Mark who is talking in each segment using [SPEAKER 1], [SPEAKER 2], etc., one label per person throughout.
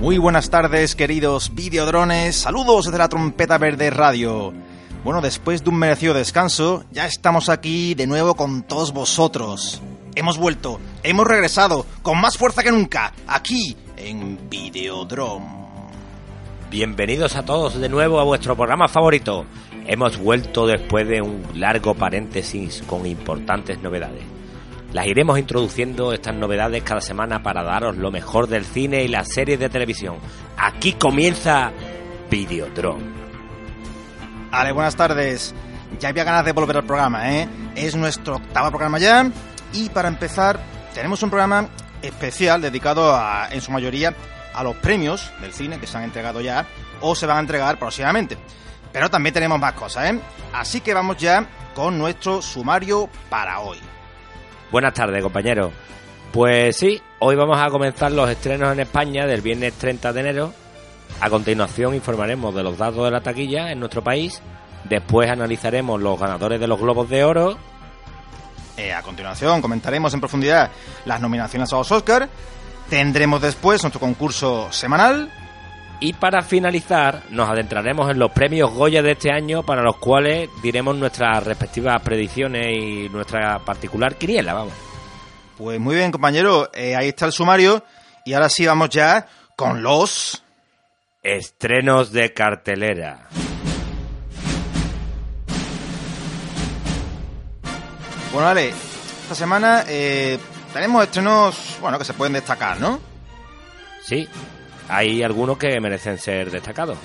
[SPEAKER 1] Muy buenas tardes, queridos videodrones. Saludos desde la Trompeta Verde Radio. Bueno, después de un merecido descanso, ya estamos aquí de nuevo con todos vosotros. Hemos vuelto, hemos regresado, con más fuerza que nunca, aquí en Videodrome.
[SPEAKER 2] Bienvenidos a todos de nuevo a vuestro programa favorito. Hemos vuelto después de un largo paréntesis con importantes novedades. Las iremos introduciendo estas novedades cada semana para daros lo mejor del cine y las series de televisión. Aquí comienza Videodrome.
[SPEAKER 1] Ale, buenas tardes. Ya había ganas de volver al programa, ¿eh? Es nuestro octavo programa ya. Y para empezar, tenemos un programa especial dedicado a, en su mayoría a los premios del cine que se han entregado ya o se van a entregar próximamente. Pero también tenemos más cosas, ¿eh? Así que vamos ya con nuestro sumario para hoy.
[SPEAKER 2] Buenas tardes, compañeros. Pues sí, hoy vamos a comenzar los estrenos en España del viernes 30 de enero. A continuación informaremos de los datos de la taquilla en nuestro país. Después analizaremos los ganadores de los Globos de Oro.
[SPEAKER 1] Eh, a continuación comentaremos en profundidad las nominaciones a los Oscar. Tendremos después nuestro concurso semanal.
[SPEAKER 2] Y para finalizar, nos adentraremos en los premios Goya de este año, para los cuales diremos nuestras respectivas predicciones y nuestra particular quiniela, vamos.
[SPEAKER 1] Pues muy bien, compañero, eh, ahí está el sumario. Y ahora sí vamos ya con los...
[SPEAKER 2] Estrenos de cartelera.
[SPEAKER 1] Bueno, Ale, esta semana eh, tenemos estrenos, bueno, que se pueden destacar, ¿no?
[SPEAKER 2] Sí, hay algunos que merecen ser destacados.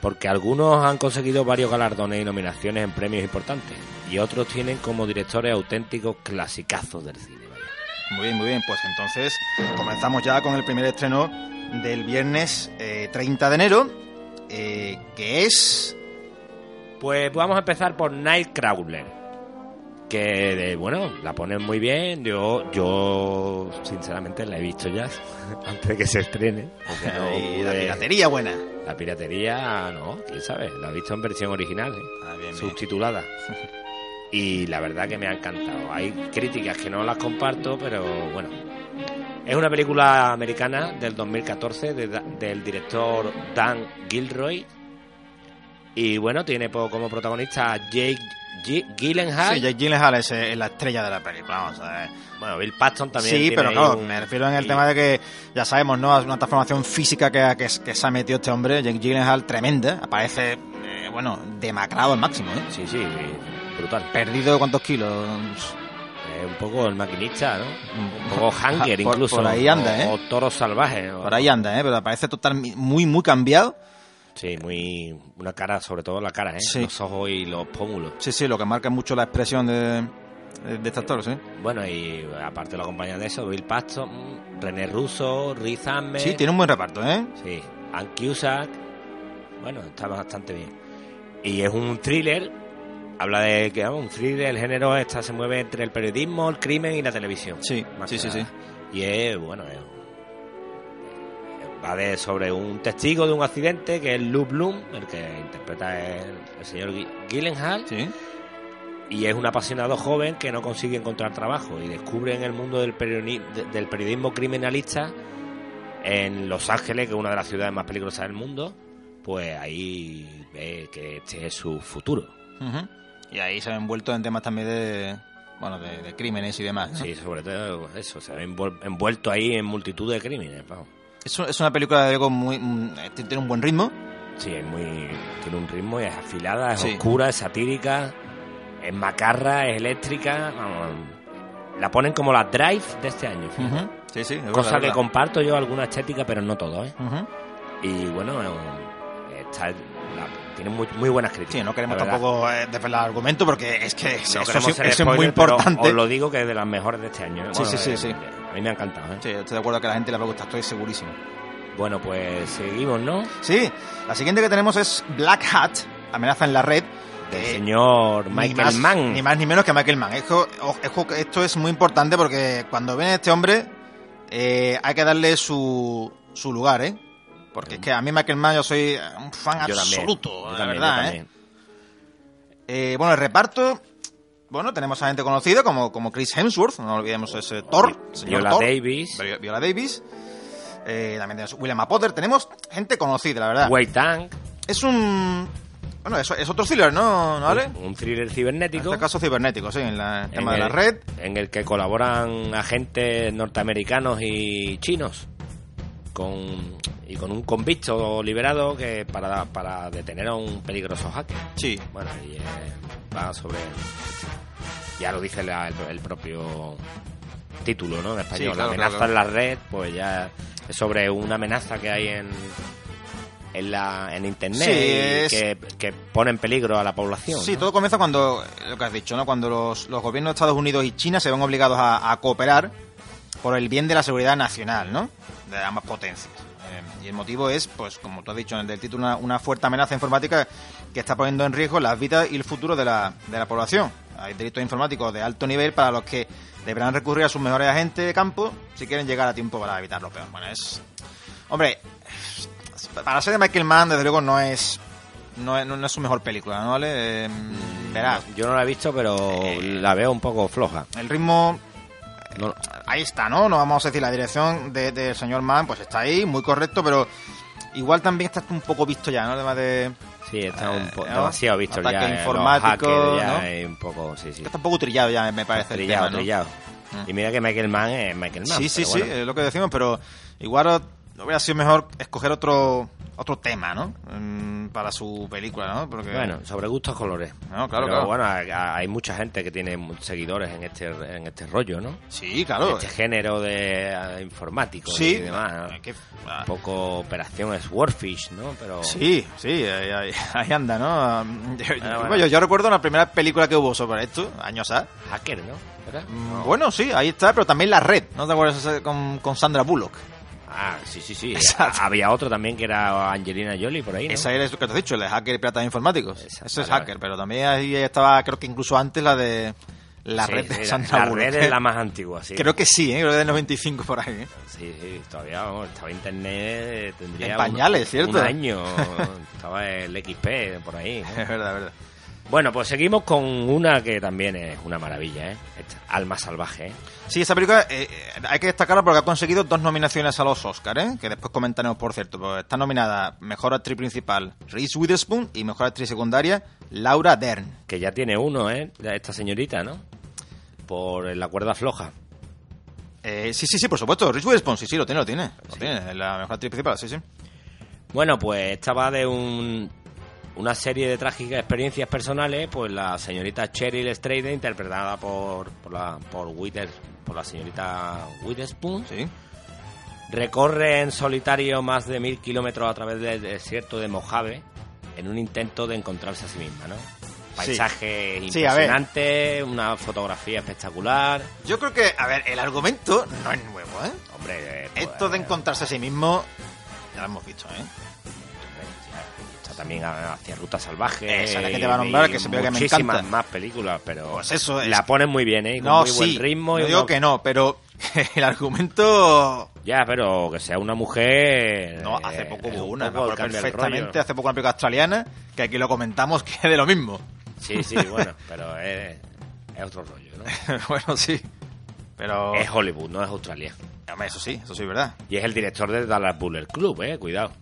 [SPEAKER 2] Porque algunos han conseguido varios galardones y nominaciones en premios importantes. Y otros tienen como directores auténticos clasicazos del cine. vaya.
[SPEAKER 1] Muy bien, muy bien, pues entonces comenzamos ya con el primer estreno del viernes eh, 30 de enero, eh, que es...
[SPEAKER 2] Pues vamos a empezar por Nightcrawler. Que, de- bueno, la ponen muy bien. Yo, yo sinceramente, la he visto ya antes de que se estrene. porque no
[SPEAKER 1] eh, la
[SPEAKER 2] pude-
[SPEAKER 1] piratería buena.
[SPEAKER 2] La piratería, no, quién sabe. La he visto en versión original. ¿eh?
[SPEAKER 1] Ah, bien, bien.
[SPEAKER 2] subtitulada. Y la verdad que me ha encantado. Hay críticas que no las comparto, pero bueno. Es una película americana del 2014 de Da- del director Dan Gilroy. Y bueno, tiene po- como protagonista a Jake G- Gyllenhaal.
[SPEAKER 1] Sí, Jake Gyllenhaal es, eh, la estrella de la película, vamos a ver.
[SPEAKER 2] Bueno, Bill Paxton también.
[SPEAKER 1] sí,
[SPEAKER 2] tiene
[SPEAKER 1] pero
[SPEAKER 2] ahí
[SPEAKER 1] claro,
[SPEAKER 2] un-
[SPEAKER 1] me refiero en el
[SPEAKER 2] y-
[SPEAKER 1] tema de que ya sabemos, ¿no? Es una transformación física que, que, que se ha metido este hombre, Jake Gyllenhaal, tremenda. Aparece, eh, bueno, demacrado al máximo, ¿eh?
[SPEAKER 2] Sí, sí, brutal.
[SPEAKER 1] Perdido cuántos kilos.
[SPEAKER 2] Es un poco el maquinista, ¿no?
[SPEAKER 1] Mm.
[SPEAKER 2] Un poco Hanger,
[SPEAKER 1] Por-
[SPEAKER 2] incluso.
[SPEAKER 1] por ahí anda,
[SPEAKER 2] o-
[SPEAKER 1] ¿eh?
[SPEAKER 2] O toros salvajes. o-
[SPEAKER 1] Por ahí anda, ¿eh? Pero aparece total, muy, muy cambiado.
[SPEAKER 2] Sí, muy. Una cara, sobre todo la cara, ¿eh?
[SPEAKER 1] Sí.
[SPEAKER 2] Los ojos y los pómulos.
[SPEAKER 1] Sí, sí, lo que marca mucho la expresión de, de este actor, ¿sí?
[SPEAKER 2] Bueno, y aparte lo acompañan de eso, Bill Paxton, René Russo, Riz Ahmed.
[SPEAKER 1] Sí, tiene un buen reparto, ¿eh?
[SPEAKER 2] Sí, Ann Cusack. Bueno, está bastante bien. Y es un thriller. Habla de que vamos, un thriller, el género esta se mueve entre el periodismo, el crimen y la televisión.
[SPEAKER 1] Sí,
[SPEAKER 2] Más
[SPEAKER 1] sí,
[SPEAKER 2] que
[SPEAKER 1] sí,
[SPEAKER 2] nada. Y es, bueno, es- va de sobre un testigo de un accidente que es Lou Bloom, el que interpreta el, el señor Gui- Gyllenhaal.
[SPEAKER 1] Sí.
[SPEAKER 2] Y es un apasionado joven que no consigue encontrar trabajo y descubre en el mundo del, perioni- de- del periodismo criminalista en Los Ángeles, que es una de las ciudades más peligrosas del mundo, pues ahí ve que este es su futuro.
[SPEAKER 1] Ujú. Y ahí se ha envuelto en temas también de, bueno, de, de crímenes y demás. ¿no?
[SPEAKER 2] Sí, sobre todo eso, se ve envol- envuelto ahí en multitud de crímenes. vamos.
[SPEAKER 1] Es, un- es una película de algo muy... mm, eh, tiene un buen ritmo.
[SPEAKER 2] Sí, es muy, tiene un ritmo, es afilada, es
[SPEAKER 1] Sí.
[SPEAKER 2] oscura, es satírica, es macarra, es eléctrica. vamos, la ponen como la drive de este año. fíjate.
[SPEAKER 1] Ujú. Sí, sí. es
[SPEAKER 2] Cosa
[SPEAKER 1] verdad,
[SPEAKER 2] que
[SPEAKER 1] es
[SPEAKER 2] comparto yo alguna estética, pero no todo, ¿eh?
[SPEAKER 1] verdad. Ujú.
[SPEAKER 2] Y bueno, eh, está, la- tiene muy, muy buenas críticas.
[SPEAKER 1] Sí, no queremos
[SPEAKER 2] la verdad.
[SPEAKER 1] tampoco eh, desvelar el argumento porque es que
[SPEAKER 2] No
[SPEAKER 1] eso,
[SPEAKER 2] queremos
[SPEAKER 1] sí-
[SPEAKER 2] ser
[SPEAKER 1] eso es
[SPEAKER 2] spoiler,
[SPEAKER 1] muy
[SPEAKER 2] pero
[SPEAKER 1] importante.
[SPEAKER 2] Os lo digo que es de las mejores de este año. ¿eh?
[SPEAKER 1] Sí, sí, sí,
[SPEAKER 2] eh,
[SPEAKER 1] sí.
[SPEAKER 2] A mí me ha encantado. ¿eh?
[SPEAKER 1] Sí, estoy de acuerdo que a la gente le va a gustar, estoy segurísimo.
[SPEAKER 2] Bueno, pues seguimos, ¿no?
[SPEAKER 1] Sí, la siguiente que tenemos es Black Hat, amenaza en la red.
[SPEAKER 2] Del
[SPEAKER 1] Eh,
[SPEAKER 2] señor
[SPEAKER 1] ni
[SPEAKER 2] Michael
[SPEAKER 1] más-
[SPEAKER 2] Mann.
[SPEAKER 1] Ni más ni menos que Michael Mann. Esto, ojo, que esto es muy importante porque cuando viene este hombre eh, hay que darle su, su lugar, ¿eh? Porque es que a mí Michael Mann yo soy un fan
[SPEAKER 2] Yo también,
[SPEAKER 1] absoluto,
[SPEAKER 2] yo
[SPEAKER 1] la
[SPEAKER 2] también, yo
[SPEAKER 1] verdad, ¿eh?
[SPEAKER 2] también.
[SPEAKER 1] Eh, Bueno, el reparto... Bueno, tenemos a gente conocida como, como Chris Hemsworth, no olvidemos ese Thor,
[SPEAKER 2] Vi-
[SPEAKER 1] señor
[SPEAKER 2] Viola
[SPEAKER 1] Thor.
[SPEAKER 2] Davis.
[SPEAKER 1] Vi- Viola Davis. eh, también tenemos William A. Potter, tenemos gente conocida, la verdad.
[SPEAKER 2] Wei Tang,
[SPEAKER 1] Es un... Bueno, es, es otro thriller, ¿no, ¿No Ale?
[SPEAKER 2] un thriller
[SPEAKER 1] En
[SPEAKER 2] cibernético.
[SPEAKER 1] este caso cibernético, sí, en la- el
[SPEAKER 2] Pues, en
[SPEAKER 1] tema de la
[SPEAKER 2] el-
[SPEAKER 1] red.
[SPEAKER 2] En el que colaboran agentes norteamericanos y chinos. Con, y con un convicto liberado que para, para detener a un peligroso hacker.
[SPEAKER 1] Sí.
[SPEAKER 2] Bueno, y eh, va sobre. Ya lo dice la- el, el propio título, ¿no? En español.
[SPEAKER 1] Sí, claro,
[SPEAKER 2] la amenaza
[SPEAKER 1] claro,
[SPEAKER 2] en la red, pues ya es sobre una amenaza que hay en. En, la, en internet
[SPEAKER 1] Sí,
[SPEAKER 2] y
[SPEAKER 1] es-
[SPEAKER 2] que, que pone en peligro a la población.
[SPEAKER 1] Sí,
[SPEAKER 2] ¿no?
[SPEAKER 1] todo comienza cuando, lo que has dicho, ¿no? Cuando los, los gobiernos de Estados Unidos y China se ven obligados a, a cooperar por el bien de la seguridad nacional, ¿no? De ambas potencias. Eh, y el motivo es, pues, como tú has dicho en el del título, una, una fuerte amenaza informática que está poniendo en riesgo las vidas y el futuro de la, de la población. Hay delitos informáticos de alto nivel para los que deberán recurrir a sus mejores agentes de campo si quieren llegar a tiempo para evitar lo peor. Bueno, es... Hombre, para ser de Michael Mann, desde luego no es no es, no- no es su mejor película, ¿no vale? Eh, verás, Eh,
[SPEAKER 2] Yo no la he visto, pero la veo un poco floja.
[SPEAKER 1] el ritmo eh,
[SPEAKER 2] No-
[SPEAKER 1] ahí está, ¿no? No vamos a decir la dirección de- del señor Mann, pues está ahí, muy correcto, pero igual también está un poco visto ya, ¿no? El tema de
[SPEAKER 2] sí, está un poco
[SPEAKER 1] Eh, ¿no?
[SPEAKER 2] demasiado visto
[SPEAKER 1] Ataque
[SPEAKER 2] ya. eh, los
[SPEAKER 1] informático,
[SPEAKER 2] hackers ya
[SPEAKER 1] ¿no?
[SPEAKER 2] eh, un poco, sí, sí.
[SPEAKER 1] está un poco trillado ya, me parece. el
[SPEAKER 2] Trillado,
[SPEAKER 1] tema, ¿no?
[SPEAKER 2] trillado.
[SPEAKER 1] Mm.
[SPEAKER 2] Y mira que Michael Mann es Michael Mann.
[SPEAKER 1] Sí, sí,
[SPEAKER 2] pero
[SPEAKER 1] sí, eh,
[SPEAKER 2] bueno.
[SPEAKER 1] es lo que decimos, pero igual o- hubiera sido mejor escoger otro otro tema, ¿no? Mm, Para su película, ¿no? Porque
[SPEAKER 2] Bueno, sobre gustos colores.
[SPEAKER 1] eh. No, claro,
[SPEAKER 2] Pero
[SPEAKER 1] claro.
[SPEAKER 2] bueno, hay- hay mucha gente que tiene mu- seguidores en este, en este rollo, ¿no?
[SPEAKER 1] sí, claro.
[SPEAKER 2] este género de ah, informático
[SPEAKER 1] Sí,
[SPEAKER 2] y demás.
[SPEAKER 1] eh,
[SPEAKER 2] ¿no?
[SPEAKER 1] que-
[SPEAKER 2] Un poco operación es Warfish, ¿no? Pero
[SPEAKER 1] Sí, sí, ahí, ahí- ahí anda, ¿no? Yo,
[SPEAKER 2] Ah,
[SPEAKER 1] yo-
[SPEAKER 2] bueno.
[SPEAKER 1] yo- yo recuerdo la primera película que hubo sobre esto, años A.
[SPEAKER 2] hacker, ¿no? ¿Verdad?
[SPEAKER 1] Mm, Bueno, sí, ahí está, pero también la red, ¿no te acuerdas? Esa Con, con Sandra Bullock.
[SPEAKER 2] Ah, sí, sí, sí.
[SPEAKER 1] Exacto.
[SPEAKER 2] Había otro también que era Angelina Jolie por ahí, ¿no?
[SPEAKER 1] Esa es lo que te has dicho, el de hacker y piratas informáticos.
[SPEAKER 2] Esa,
[SPEAKER 1] Eso es
[SPEAKER 2] vale,
[SPEAKER 1] hacker, pero también ahí estaba, creo que incluso antes la de la
[SPEAKER 2] Sí,
[SPEAKER 1] red
[SPEAKER 2] sí,
[SPEAKER 1] de
[SPEAKER 2] la-
[SPEAKER 1] Sandra
[SPEAKER 2] la
[SPEAKER 1] Bullock.
[SPEAKER 2] red es la más antigua, sí.
[SPEAKER 1] Creo que sí, ¿eh? creo que del 95 por ahí. ¿eh?
[SPEAKER 2] Sí, sí, todavía vamos, estaba internet, eh, tendría
[SPEAKER 1] En
[SPEAKER 2] un-
[SPEAKER 1] pañales, ¿cierto?
[SPEAKER 2] un año, estaba el XP por ahí. ¿no?
[SPEAKER 1] Es verdad, es verdad.
[SPEAKER 2] Bueno, pues seguimos con una que también es una maravilla, ¿eh? Esta, Alma Salvaje, ¿eh?
[SPEAKER 1] Sí, esa película eh, eh, hay que destacarla porque ha conseguido dos nominaciones a los Oscar, ¿eh? que después comentaremos, por cierto. Pues está nominada Mejor Actriz Principal Reese Witherspoon y Mejor Actriz Secundaria Laura Dern.
[SPEAKER 2] que ya tiene uno, ¿eh? Esta señorita, ¿no? Por la cuerda floja.
[SPEAKER 1] Eh, sí, sí, sí, por supuesto. Reese Witherspoon, sí, sí, lo tiene, lo tiene. Lo tiene, es la Mejor Actriz Principal, sí, sí.
[SPEAKER 2] Bueno, pues esta va de un, una serie de trágicas experiencias personales, pues la señorita Cheryl Strayed, interpretada por, por, la, por, Withers- por la señorita Witherspoon,
[SPEAKER 1] Sí,
[SPEAKER 2] Recorre en solitario más de mil kilómetros a través del desierto de Mojave en un intento de encontrarse a sí misma, ¿no? Paisaje
[SPEAKER 1] Sí, a ver.
[SPEAKER 2] impresionante, una fotografía espectacular.
[SPEAKER 1] Yo creo que, a ver, el argumento no es nuevo, ¿eh?
[SPEAKER 2] Hombre, eh, pues,
[SPEAKER 1] Esto de encontrarse a sí mismo, ya lo hemos visto, ¿eh?
[SPEAKER 2] hombre, ya, Está también a- hacia Ruta Salvaje.
[SPEAKER 1] Esa es la que te va a nombrar,
[SPEAKER 2] y
[SPEAKER 1] que se vea que me
[SPEAKER 2] muchísimas
[SPEAKER 1] encanta.
[SPEAKER 2] más películas, pero
[SPEAKER 1] Pues eso es.
[SPEAKER 2] la ponen muy bien, ¿eh? Y Con
[SPEAKER 1] No,
[SPEAKER 2] muy
[SPEAKER 1] sí,
[SPEAKER 2] buen ritmo. y
[SPEAKER 1] no
[SPEAKER 2] un-
[SPEAKER 1] digo que no, pero el argumento
[SPEAKER 2] Ya, pero que sea una mujer...
[SPEAKER 1] No,
[SPEAKER 2] eh,
[SPEAKER 1] hace poco
[SPEAKER 2] es
[SPEAKER 1] hubo
[SPEAKER 2] un
[SPEAKER 1] una, me
[SPEAKER 2] poco el
[SPEAKER 1] acuerdo
[SPEAKER 2] cambio del rollo.
[SPEAKER 1] perfectamente, hace poco una película australiana, que aquí lo comentamos que es de lo mismo.
[SPEAKER 2] Sí, sí, bueno, pero es, es otro rollo, ¿no?
[SPEAKER 1] bueno, sí. Pero...
[SPEAKER 2] Es Hollywood, no es Australia.
[SPEAKER 1] Hombre, eso sí, eso sí es verdad.
[SPEAKER 2] Y es el director de Dallas Buller Club, eh, cuidado.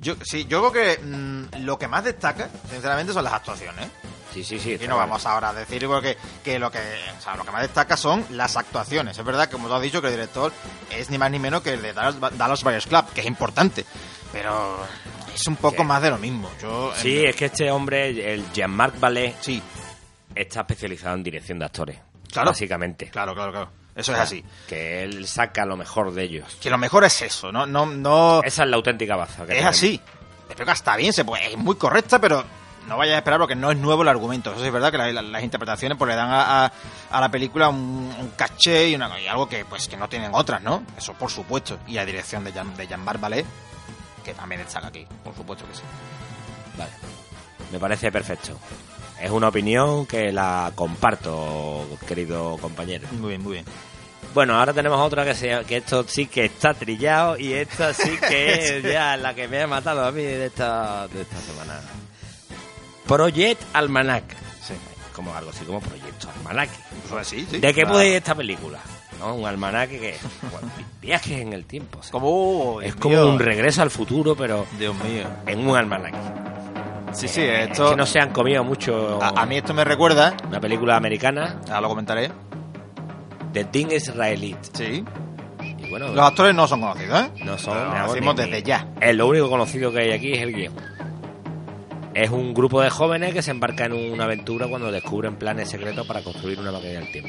[SPEAKER 1] Yo, sí, yo creo que mm, lo que más destaca, sinceramente, son las actuaciones.
[SPEAKER 2] Sí, sí, sí.
[SPEAKER 1] Y no vamos ahora a decir porque, que, lo que, o sea, lo que más destaca son las actuaciones. Es verdad que, como tú has dicho, que el director es ni más ni menos que el de Dallas, Dallas Buyers Club, que es importante. Pero es un poco
[SPEAKER 2] Sí.
[SPEAKER 1] más de lo mismo. Yo,
[SPEAKER 2] Sí, es que este hombre, el Jean-Marc Ballet,
[SPEAKER 1] sí,
[SPEAKER 2] está especializado en dirección de actores.
[SPEAKER 1] Claro.
[SPEAKER 2] Básicamente.
[SPEAKER 1] claro, claro, claro. Eso es así.
[SPEAKER 2] Que él saca lo mejor de ellos.
[SPEAKER 1] Que lo mejor es eso, no, no, no.
[SPEAKER 2] Esa es la auténtica baza. que
[SPEAKER 1] Es
[SPEAKER 2] tenemos.
[SPEAKER 1] así. La película está bien, se puede- es muy correcta, pero no vayas a esperar porque no es nuevo el argumento. Eso sí es verdad que la- la- las interpretaciones pues, le dan a, a- a la película un, un caché y, una- y algo que pues que no tienen otras, ¿no? Eso por supuesto. Y la dirección de Jean, de Jean-Marc Ballet, que también destaca aquí, por supuesto que sí.
[SPEAKER 2] Vale. Me parece perfecto. Es una opinión que la comparto, querido compañero.
[SPEAKER 1] Muy bien, muy bien.
[SPEAKER 2] Bueno, ahora tenemos otra que, se, que esto sí que está trillado y esta sí que es ya la que me ha matado a mí de esta, de esta semana. Project Almanac.
[SPEAKER 1] Sí.
[SPEAKER 2] Como algo así como Proyecto Almanac.
[SPEAKER 1] Pues ahora sí, sí.
[SPEAKER 2] ¿De qué
[SPEAKER 1] Claro.
[SPEAKER 2] puede ir esta película? ¿No? Un almanaque que es viajes en el tiempo. o sea,
[SPEAKER 1] Como,
[SPEAKER 2] es como un oh, regreso al futuro, pero
[SPEAKER 1] Dios mío.
[SPEAKER 2] en un almanaque.
[SPEAKER 1] Sí, sí,
[SPEAKER 2] Eh,
[SPEAKER 1] esto.
[SPEAKER 2] es que no se han comido mucho.
[SPEAKER 1] a, a mí esto me recuerda.
[SPEAKER 2] Una película americana
[SPEAKER 1] Ahora lo comentaré.
[SPEAKER 2] de Dean Israelite.
[SPEAKER 1] Sí.
[SPEAKER 2] Y bueno,
[SPEAKER 1] Los actores no son conocidos, ¿eh?
[SPEAKER 2] no son.
[SPEAKER 1] Lo
[SPEAKER 2] vamos,
[SPEAKER 1] decimos
[SPEAKER 2] ni-
[SPEAKER 1] desde ya.
[SPEAKER 2] Eh, lo único conocido que hay aquí es el guión. Es un grupo de jóvenes que se embarcan en una aventura cuando descubren planes secretos para construir una máquina del tiempo.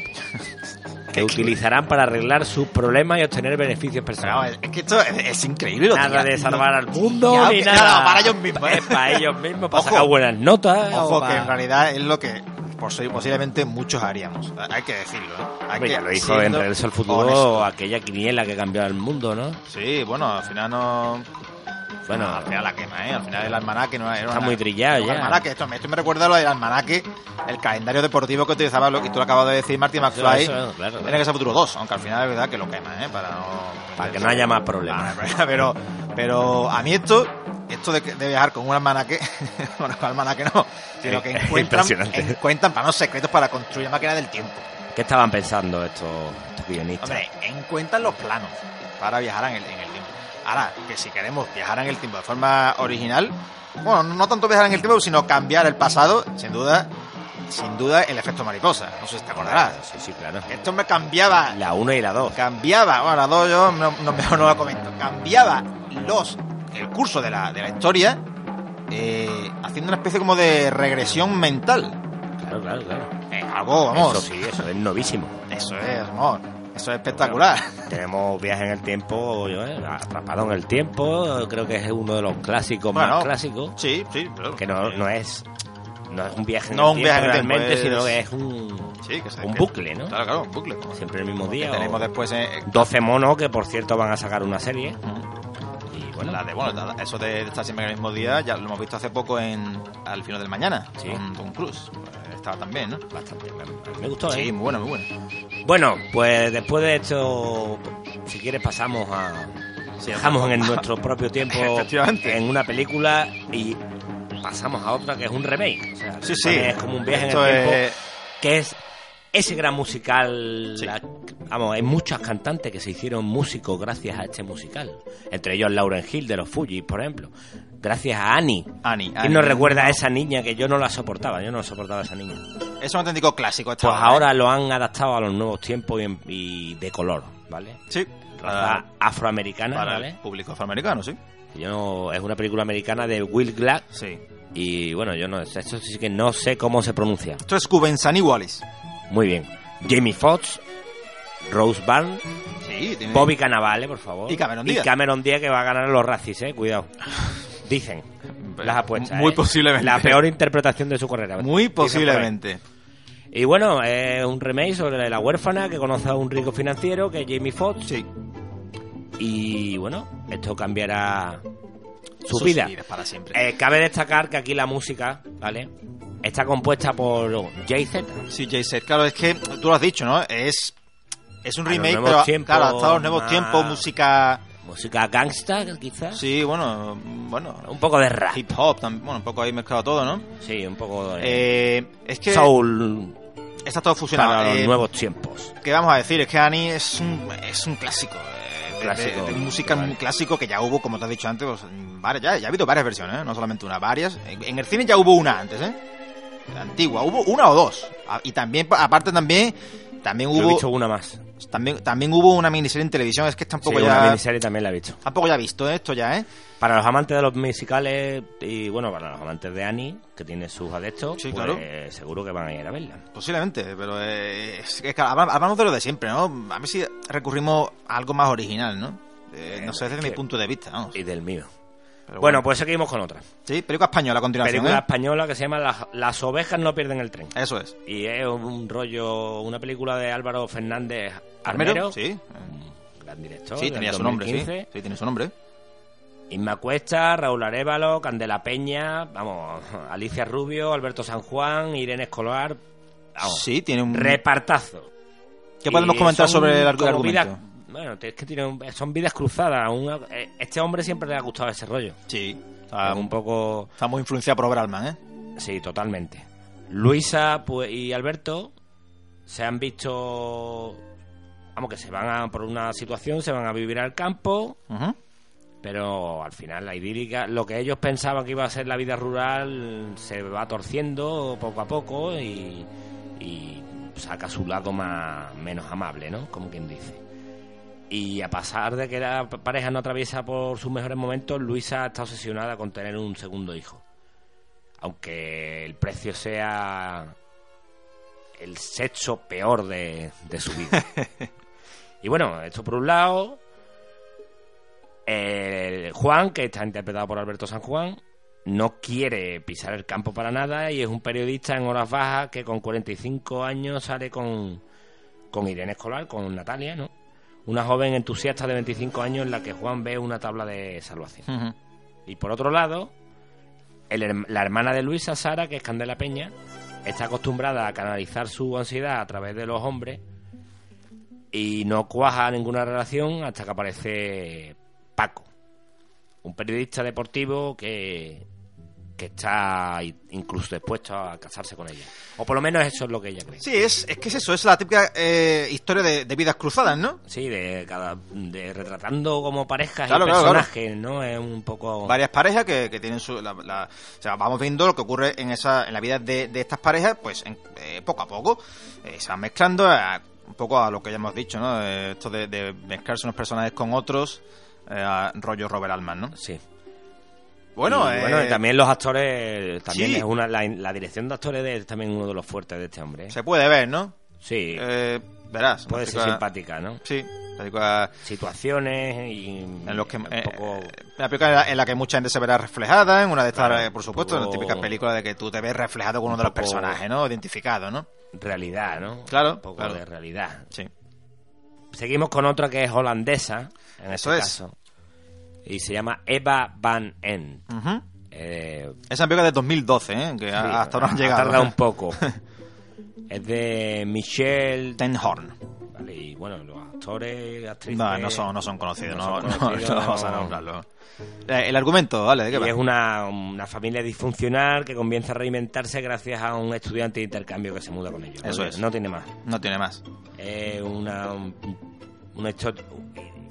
[SPEAKER 2] que utilizarán para arreglar sus problemas y obtener beneficios
[SPEAKER 1] Pero
[SPEAKER 2] personales.
[SPEAKER 1] es es que esto es, es increíble. lo
[SPEAKER 2] Nada
[SPEAKER 1] tenía-
[SPEAKER 2] de salvar al mundo
[SPEAKER 1] Ya,
[SPEAKER 2] ni
[SPEAKER 1] que-
[SPEAKER 2] nada.
[SPEAKER 1] no, para ellos mismos, ¿eh?
[SPEAKER 2] Es para ellos mismos, para
[SPEAKER 1] Ojo.
[SPEAKER 2] sacar buenas notas. o
[SPEAKER 1] Ojo,
[SPEAKER 2] para-
[SPEAKER 1] que en realidad es lo que pues, posiblemente muchos haríamos. Hay que decirlo, ¿eh? Hay
[SPEAKER 2] Hombre,
[SPEAKER 1] que
[SPEAKER 2] ya lo hizo
[SPEAKER 1] siendo
[SPEAKER 2] en Regreso al Futuro,
[SPEAKER 1] honesto.
[SPEAKER 2] aquella quiniela que cambió el mundo, ¿no?
[SPEAKER 1] Sí, bueno, al final no.
[SPEAKER 2] Bueno,
[SPEAKER 1] al final la quema, ¿eh? Al final el almanaque no era.
[SPEAKER 2] está
[SPEAKER 1] una-
[SPEAKER 2] muy trillado
[SPEAKER 1] un
[SPEAKER 2] ya.
[SPEAKER 1] almanaque, esto, me- esto me recuerda a lo del almanaque, el calendario deportivo que utilizaba lo que tú acabas de decir, Marty
[SPEAKER 2] Eso,
[SPEAKER 1] McFly.
[SPEAKER 2] eso, claro,
[SPEAKER 1] en
[SPEAKER 2] claro.
[SPEAKER 1] Regreso al Futuro 2, aunque al final es verdad que lo quema, ¿eh? Para, no,
[SPEAKER 2] Para que no haya más problemas.
[SPEAKER 1] Ah, Pero, pero a mí esto, esto de, de viajar con un almanaque, bueno, para almanaque no, sino que
[SPEAKER 2] Es
[SPEAKER 1] encuentran,
[SPEAKER 2] impresionante.
[SPEAKER 1] encuentran planos secretos para construir la máquina del tiempo.
[SPEAKER 2] ¿Qué estaban pensando estos, estos guionistas?
[SPEAKER 1] Hombre, encuentran los planos para viajar en el, en el tiempo. Ahora, que si queremos viajar en el tiempo de forma original, bueno, no tanto viajar en el tiempo, sino cambiar el pasado, sin duda, sin duda el efecto mariposa. No sé si te acordarás.
[SPEAKER 2] Ah, Sí, sí, claro.
[SPEAKER 1] Esto me cambiaba
[SPEAKER 2] La 1 y la 2.
[SPEAKER 1] cambiaba, bueno, las dos yo no, no- mejor no lo comento, cambiaba los, el curso de la, de la historia eh, haciendo una especie como de regresión mental.
[SPEAKER 2] Claro, claro, claro.
[SPEAKER 1] Eh, algo, vamos,
[SPEAKER 2] Eso sí, eso es novísimo.
[SPEAKER 1] eso es, amor, eso es espectacular.
[SPEAKER 2] Tenemos Viaje en el Tiempo, yo, eh, Atrapado en el Tiempo, creo que es uno de los clásicos
[SPEAKER 1] Bueno,
[SPEAKER 2] más clásicos,
[SPEAKER 1] Sí, sí, claro.
[SPEAKER 2] que no, no es no es un viaje en
[SPEAKER 1] No
[SPEAKER 2] el
[SPEAKER 1] un
[SPEAKER 2] tiempo
[SPEAKER 1] viaje en el tiempo,
[SPEAKER 2] realmente,
[SPEAKER 1] es-
[SPEAKER 2] sino que es un,
[SPEAKER 1] Sí, que se-
[SPEAKER 2] un
[SPEAKER 1] que-
[SPEAKER 2] bucle, ¿no?
[SPEAKER 1] Claro, claro, un bucle.
[SPEAKER 2] Siempre el mismo
[SPEAKER 1] Que
[SPEAKER 2] día.
[SPEAKER 1] tenemos
[SPEAKER 2] o-
[SPEAKER 1] después eh,
[SPEAKER 2] 12 monos que, por cierto, van a sacar una serie. Y bueno,
[SPEAKER 1] la de, bueno, la- eso de estar siempre en el mismo día, ya lo hemos visto hace poco en Al final del mañana,
[SPEAKER 2] Sí.
[SPEAKER 1] con Tom Cruise. Pues Estaba también, ¿no?
[SPEAKER 2] bastante. me- Me gustó,
[SPEAKER 1] Sí,
[SPEAKER 2] ¿eh?
[SPEAKER 1] muy bueno, muy bueno.
[SPEAKER 2] Bueno, pues después de esto, si quieres pasamos a... Dejamos en nuestro propio tiempo
[SPEAKER 1] Efectivamente.
[SPEAKER 2] en una película y pasamos a otra que es un remake. O sea,
[SPEAKER 1] Sí, sí.
[SPEAKER 2] Es como un viaje
[SPEAKER 1] Esto
[SPEAKER 2] en el tiempo
[SPEAKER 1] es-
[SPEAKER 2] que es ese gran musical.
[SPEAKER 1] Sí.
[SPEAKER 2] la- vamos, hay muchas cantantes que se hicieron músicos gracias a este musical. Entre ellos Lauren Hill de los Fuji, por ejemplo. Gracias a Annie.
[SPEAKER 1] Annie,
[SPEAKER 2] ¿Quién
[SPEAKER 1] Annie.
[SPEAKER 2] no recuerda a esa niña que yo no la soportaba? Yo no soportaba a esa niña.
[SPEAKER 1] Es un auténtico clásico. ¿eh? esta
[SPEAKER 2] Pues
[SPEAKER 1] obra,
[SPEAKER 2] ahora lo han adaptado a los nuevos tiempos y, en- y de color, ¿vale?
[SPEAKER 1] ¿eh? Sí.
[SPEAKER 2] Raza
[SPEAKER 1] Para-
[SPEAKER 2] afroamericana,
[SPEAKER 1] para el
[SPEAKER 2] ¿vale?
[SPEAKER 1] público afroamericano, sí.
[SPEAKER 2] Yo no- es una película americana de Will Glad
[SPEAKER 1] Sí.
[SPEAKER 2] y bueno, yo no esto sí que no sé cómo se pronuncia.
[SPEAKER 1] Esto es Cubensani Wallis.
[SPEAKER 2] Muy bien. Jamie Foxx, Rose Byrne,
[SPEAKER 1] Sí, tiene...
[SPEAKER 2] Bobby Cannavale, por favor.
[SPEAKER 1] Mm. Y Cameron Diaz.
[SPEAKER 2] Y Cameron Diaz que va a ganar los Razzies, eh, cuidado. Dicen las apuestas.
[SPEAKER 1] Muy
[SPEAKER 2] eh.
[SPEAKER 1] posiblemente.
[SPEAKER 2] La peor interpretación de su carrera.
[SPEAKER 1] Muy
[SPEAKER 2] Dicen por ahí.
[SPEAKER 1] posiblemente.
[SPEAKER 2] Y bueno, es un remake sobre la huérfana que conoce a un rico financiero que es Jamie Foxx.
[SPEAKER 1] Sí.
[SPEAKER 2] Y bueno, esto cambiará su
[SPEAKER 1] Sus
[SPEAKER 2] vida.
[SPEAKER 1] vidas para siempre.
[SPEAKER 2] Eh, cabe destacar que aquí la música, ¿vale? Está compuesta por Jay-Z.
[SPEAKER 1] Sí, Jay Z, claro, es que tú lo has dicho, ¿no? Es, es un
[SPEAKER 2] A los
[SPEAKER 1] remake,
[SPEAKER 2] nuevos
[SPEAKER 1] pero
[SPEAKER 2] tiempos,
[SPEAKER 1] claro, hasta los nuevos
[SPEAKER 2] más-
[SPEAKER 1] tiempos, música...
[SPEAKER 2] Música gangsta, quizás.
[SPEAKER 1] Sí, bueno, bueno,
[SPEAKER 2] Un poco de rap.
[SPEAKER 1] hip hop, también, bueno, un poco ahí mezclado todo, ¿no?
[SPEAKER 2] Sí, un poco de
[SPEAKER 1] Eh, es que
[SPEAKER 2] soul
[SPEAKER 1] está todo fusionado.
[SPEAKER 2] para los
[SPEAKER 1] Eh,
[SPEAKER 2] nuevos tiempos.
[SPEAKER 1] ¿Qué vamos a decir? Es que Annie es un, es un clásico. eh, de-
[SPEAKER 2] Clásico,
[SPEAKER 1] de, de música
[SPEAKER 2] vale.
[SPEAKER 1] un clásico que ya hubo, como te has dicho antes, pues, varias, ya, ya ha habido varias versiones, ¿eh? no solamente una, varias. En, en el cine ya hubo una antes, ¿eh? Antigua, hubo una o dos. A- Y también, pa- aparte también, también
[SPEAKER 2] Yo he
[SPEAKER 1] hubo,
[SPEAKER 2] visto una más.
[SPEAKER 1] también, también hubo una miniserie en televisión, es que
[SPEAKER 2] Sí,
[SPEAKER 1] tampoco
[SPEAKER 2] una
[SPEAKER 1] ya...
[SPEAKER 2] miniserie también la he visto.
[SPEAKER 1] Tampoco ya he visto esto ya, ¿eh?
[SPEAKER 2] Para los amantes de los musicales y bueno, para los amantes de Annie, que tiene sus adeptos,
[SPEAKER 1] Sí,
[SPEAKER 2] pues,
[SPEAKER 1] claro.
[SPEAKER 2] eh, seguro que van a ir a verla.
[SPEAKER 1] Posiblemente, pero eh, es que claro, habla- hablamos de lo de siempre, ¿no? A ver si recurrimos a algo más original, ¿no? Eh, no sé, desde mi
[SPEAKER 2] que-
[SPEAKER 1] punto de vista, vamos.
[SPEAKER 2] Y del mío.
[SPEAKER 1] Pero
[SPEAKER 2] bueno, pues seguimos con otra.
[SPEAKER 1] Sí, película española a continuación,
[SPEAKER 2] Película
[SPEAKER 1] ¿eh?
[SPEAKER 2] española que se llama Las, Las ovejas no pierden el tren.
[SPEAKER 1] Eso es.
[SPEAKER 2] Y es un rollo, una película de Álvaro Fernández
[SPEAKER 1] Armero,
[SPEAKER 2] Armero,
[SPEAKER 1] sí. Eh,
[SPEAKER 2] un gran director.
[SPEAKER 1] Sí,
[SPEAKER 2] del
[SPEAKER 1] tenía su nombre, sí.
[SPEAKER 2] 2015.
[SPEAKER 1] Sí, tenía su nombre.
[SPEAKER 2] Inma Cuesta, Raúl Arevalo, Candela Peña, vamos, Alicia Rubio, Alberto San Juan, Irene Escolar, vamos,
[SPEAKER 1] Sí, tiene un...
[SPEAKER 2] repartazo.
[SPEAKER 1] ¿Qué podemos comentar
[SPEAKER 2] son
[SPEAKER 1] sobre el argu-
[SPEAKER 2] como
[SPEAKER 1] argumento?
[SPEAKER 2] vidas- bueno, es que tienen, son vidas cruzadas. una- eh, este hombre siempre le ha gustado ese rollo.
[SPEAKER 1] Sí. Está,
[SPEAKER 2] un poco...
[SPEAKER 1] está muy influenciado por Bralman, ¿eh?
[SPEAKER 2] Sí, totalmente. Luisa pues, y Alberto se han visto Vamos, que se van a, por una situación, se van a vivir al campo,
[SPEAKER 1] Ujú.
[SPEAKER 2] pero al final la idílica, lo que ellos pensaban que iba a ser la vida rural, se va torciendo poco a poco y, y saca su lado más, menos amable, ¿no? Como quien dice. Y a pasar de que la pareja no atraviesa por sus mejores momentos, Luisa está obsesionada con tener un segundo hijo. Aunque el precio sea el sexo peor de, de su vida. y bueno, esto por un lado. El Juan, que está interpretado por Alberto San Juan, no quiere pisar el campo para nada y es un periodista en horas bajas que con 45 años sale con, con Irene Escolar, con Natalia, ¿no? Una joven entusiasta de 25 años en la que Juan ve una tabla de salvación.
[SPEAKER 1] Ujú.
[SPEAKER 2] Y por otro lado, el herm- la hermana de Luisa, Sara, que es Candela Peña, está acostumbrada a canalizar su ansiedad a través de los hombres y no cuaja ninguna relación hasta que aparece Paco, un periodista deportivo que, que está i- incluso dispuesto a casarse con ella. O por lo menos eso es lo que ella cree.
[SPEAKER 1] Sí, es, es que es eso, es la típica eh, historia de, de vidas cruzadas, ¿no?
[SPEAKER 2] Sí, de, cada, de retratando como parejas
[SPEAKER 1] Claro,
[SPEAKER 2] y
[SPEAKER 1] claro, claro.
[SPEAKER 2] personajes, ¿no? Es un poco...
[SPEAKER 1] varias parejas que, que tienen su la, la- o sea vamos viendo lo que ocurre en esa en la vida de, de estas parejas pues en- eh, poco a poco eh, se van mezclando a- un poco a lo que ya hemos dicho no Eh, esto de, de mezclarse unos personajes con otros eh, a rollo Robert Altman no
[SPEAKER 2] Sí.
[SPEAKER 1] bueno,
[SPEAKER 2] Y,
[SPEAKER 1] eh,
[SPEAKER 2] bueno, y también los actores, también
[SPEAKER 1] sí.
[SPEAKER 2] es una, la, la dirección de actores de- es también uno de los fuertes de este hombre. ¿eh?
[SPEAKER 1] se puede ver no
[SPEAKER 2] Sí,
[SPEAKER 1] Eh, verás
[SPEAKER 2] puede
[SPEAKER 1] una
[SPEAKER 2] ser
[SPEAKER 1] película-
[SPEAKER 2] simpática, ¿no?
[SPEAKER 1] sí película
[SPEAKER 2] Situaciones y en
[SPEAKER 1] en los que
[SPEAKER 2] un
[SPEAKER 1] eh,
[SPEAKER 2] poco
[SPEAKER 1] una película en la, en la que mucha gente se verá reflejada en una de estas
[SPEAKER 2] Claro,
[SPEAKER 1] eh, por supuesto
[SPEAKER 2] un
[SPEAKER 1] la
[SPEAKER 2] poco-
[SPEAKER 1] típica película de que tú te ves reflejado con uno de los
[SPEAKER 2] poco-
[SPEAKER 1] personajes no identificado no
[SPEAKER 2] realidad, ¿no?
[SPEAKER 1] Claro,
[SPEAKER 2] Un poco
[SPEAKER 1] claro.
[SPEAKER 2] de realidad.
[SPEAKER 1] sí
[SPEAKER 2] Seguimos con otra que es holandesa, en
[SPEAKER 1] Eso
[SPEAKER 2] este
[SPEAKER 1] es.
[SPEAKER 2] caso. Y se llama Eva Van End.
[SPEAKER 1] Ujú.
[SPEAKER 2] Eh,
[SPEAKER 1] Esa película de 2012, ¿eh? que
[SPEAKER 2] sí,
[SPEAKER 1] a- hasta ahora no
[SPEAKER 2] ha
[SPEAKER 1] han llegado.
[SPEAKER 2] tardado un poco. es de Michelle
[SPEAKER 1] Ten Horn.
[SPEAKER 2] Vale, y bueno, los actores, actrices.
[SPEAKER 1] No, no son, no son conocidos, no,
[SPEAKER 2] no son
[SPEAKER 1] no-
[SPEAKER 2] conocidos,
[SPEAKER 1] no vamos a
[SPEAKER 2] no.
[SPEAKER 1] nombrarlo. Eh, El argumento, ¿vale? ¿De qué
[SPEAKER 2] Y
[SPEAKER 1] va?
[SPEAKER 2] es una, una familia disfuncional que comienza a reinventarse gracias a un estudiante de intercambio que se muda con ellos.
[SPEAKER 1] Eso
[SPEAKER 2] no,
[SPEAKER 1] es.
[SPEAKER 2] No tiene más.
[SPEAKER 1] No tiene más.
[SPEAKER 2] Es una, un- una histo-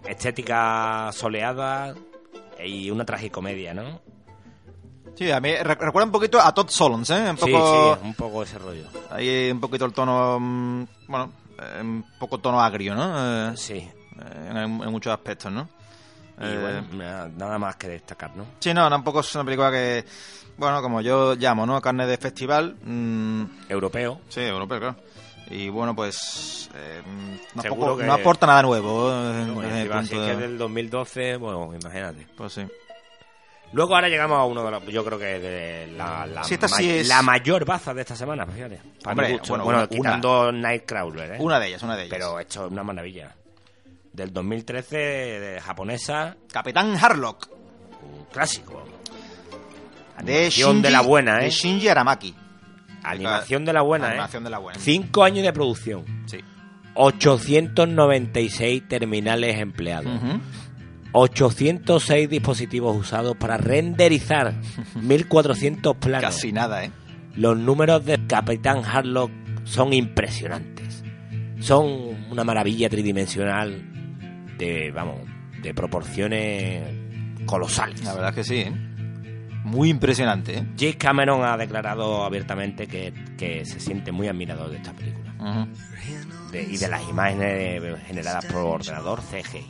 [SPEAKER 2] estética soleada y una tragicomedia, ¿no?
[SPEAKER 1] Sí, a mí rec- recuerda un poquito a Todd Solons, ¿eh? Un
[SPEAKER 2] Sí,
[SPEAKER 1] poco,
[SPEAKER 2] sí, un poco ese rollo.
[SPEAKER 1] Ahí un poquito el tono, mm, bueno, eh, un poco tono agrio, ¿no? Eh,
[SPEAKER 2] Sí.
[SPEAKER 1] eh, en, en muchos aspectos, ¿no?
[SPEAKER 2] Y
[SPEAKER 1] Eh,
[SPEAKER 2] bueno, na- nada más que destacar, ¿no?
[SPEAKER 1] Sí, no, tampoco es una película que, bueno, como yo llamo, ¿no? Carne de festival, mm,
[SPEAKER 2] Europeo.
[SPEAKER 1] Sí, europeo, claro. Y bueno, pues eh, mm,
[SPEAKER 2] Seguro
[SPEAKER 1] tampoco-
[SPEAKER 2] que-
[SPEAKER 1] no aporta nada nuevo. eh,
[SPEAKER 2] ¿no?
[SPEAKER 1] desde mi
[SPEAKER 2] Encima, Pues, si
[SPEAKER 1] punto
[SPEAKER 2] es
[SPEAKER 1] de-
[SPEAKER 2] que es del Eh. 2012, bueno, imagínate.
[SPEAKER 1] Pues sí.
[SPEAKER 2] Luego ahora llegamos a uno de los, yo creo que de la, la,
[SPEAKER 1] Sí, esta
[SPEAKER 2] ma-
[SPEAKER 1] sí es-
[SPEAKER 2] la mayor baza de esta semana, fíjate. Para
[SPEAKER 1] Hombre,
[SPEAKER 2] mi gusto.
[SPEAKER 1] bueno,
[SPEAKER 2] Bueno,
[SPEAKER 1] una-
[SPEAKER 2] quitando Nightcrawler, ¿eh?
[SPEAKER 1] Una de ellas, una de ellas.
[SPEAKER 2] Pero esto es una maravilla. Del 2013, de japonesa,
[SPEAKER 1] Capitán Harlock,
[SPEAKER 2] un clásico.
[SPEAKER 1] de
[SPEAKER 2] Animación
[SPEAKER 1] Shinji,
[SPEAKER 2] de la buena, ¿eh?
[SPEAKER 1] de Shinji Aramaki.
[SPEAKER 2] Animación de la buena,
[SPEAKER 1] Animación
[SPEAKER 2] ¿eh?
[SPEAKER 1] de la buena.
[SPEAKER 2] Cinco años de producción.
[SPEAKER 1] Sí.
[SPEAKER 2] 896 terminales empleados. 806 dispositivos usados para renderizar 1400 planos.
[SPEAKER 1] Casi nada, ¿eh?
[SPEAKER 2] Los números de Capitán Harlock son impresionantes. Son una maravilla tridimensional de, vamos, de proporciones colosales.
[SPEAKER 1] La verdad es que sí, ¿eh? Muy impresionante, ¿eh?
[SPEAKER 2] James Cameron ha declarado abiertamente que, que se siente muy admirador de esta película
[SPEAKER 1] Ujú.
[SPEAKER 2] de- y de las imágenes generadas por ordenador CGI.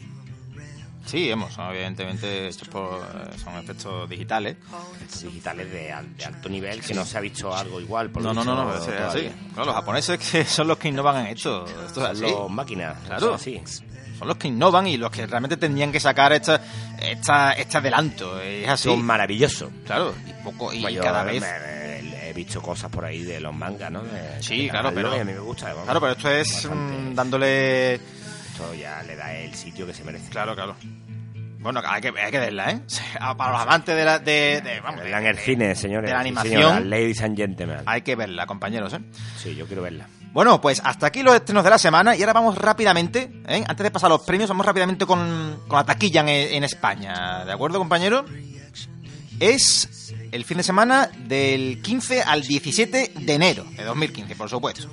[SPEAKER 1] Sí, hemos, evidentemente, estos por- eh, son efectos digitales.
[SPEAKER 2] Digitales de, al- de alto nivel que no se ha visto algo igual. Por lo
[SPEAKER 1] No, no, no,
[SPEAKER 2] visto,
[SPEAKER 1] no, es así.
[SPEAKER 2] todavía.
[SPEAKER 1] No, eh, los japoneses que son los que innovan en esto. Esto es
[SPEAKER 2] Son
[SPEAKER 1] así.
[SPEAKER 2] los máquinas,
[SPEAKER 1] Claro.
[SPEAKER 2] son así.
[SPEAKER 1] son los que innovan y los que realmente tendrían que sacar esta, esta, este adelanto. Es así.
[SPEAKER 2] Son maravillosos.
[SPEAKER 1] claro, y, poco, y
[SPEAKER 2] Pues yo
[SPEAKER 1] cada
[SPEAKER 2] me-
[SPEAKER 1] vez.
[SPEAKER 2] me- me- he visto cosas por ahí de los mangas, ¿no? De-
[SPEAKER 1] Sí,
[SPEAKER 2] de
[SPEAKER 1] claro,
[SPEAKER 2] Marvel,
[SPEAKER 1] pero-
[SPEAKER 2] y a mí me gusta. vamos.
[SPEAKER 1] Claro, pero esto es
[SPEAKER 2] Bastante.
[SPEAKER 1] mm, dándole.
[SPEAKER 2] Esto ya le da el sitio que se merece.
[SPEAKER 1] Claro, claro. Bueno, hay que, hay que verla, ¿eh? Ah, Para los amantes de la. De, de- vamos, de-
[SPEAKER 2] Verla en el cine, señores.
[SPEAKER 1] de la
[SPEAKER 2] Sí,
[SPEAKER 1] animación.
[SPEAKER 2] señora, Ladies and Gentlemen.
[SPEAKER 1] Hay que verla, compañeros, ¿eh?
[SPEAKER 2] Sí, yo quiero verla.
[SPEAKER 1] Bueno, pues hasta aquí los estrenos de la semana y ahora vamos rápidamente, ¿eh? antes de pasar a los premios, vamos rápidamente con, con la taquilla en, en España, ¿de acuerdo compañero? Es el fin de semana del 15 al 17 de enero de 2015, por supuesto.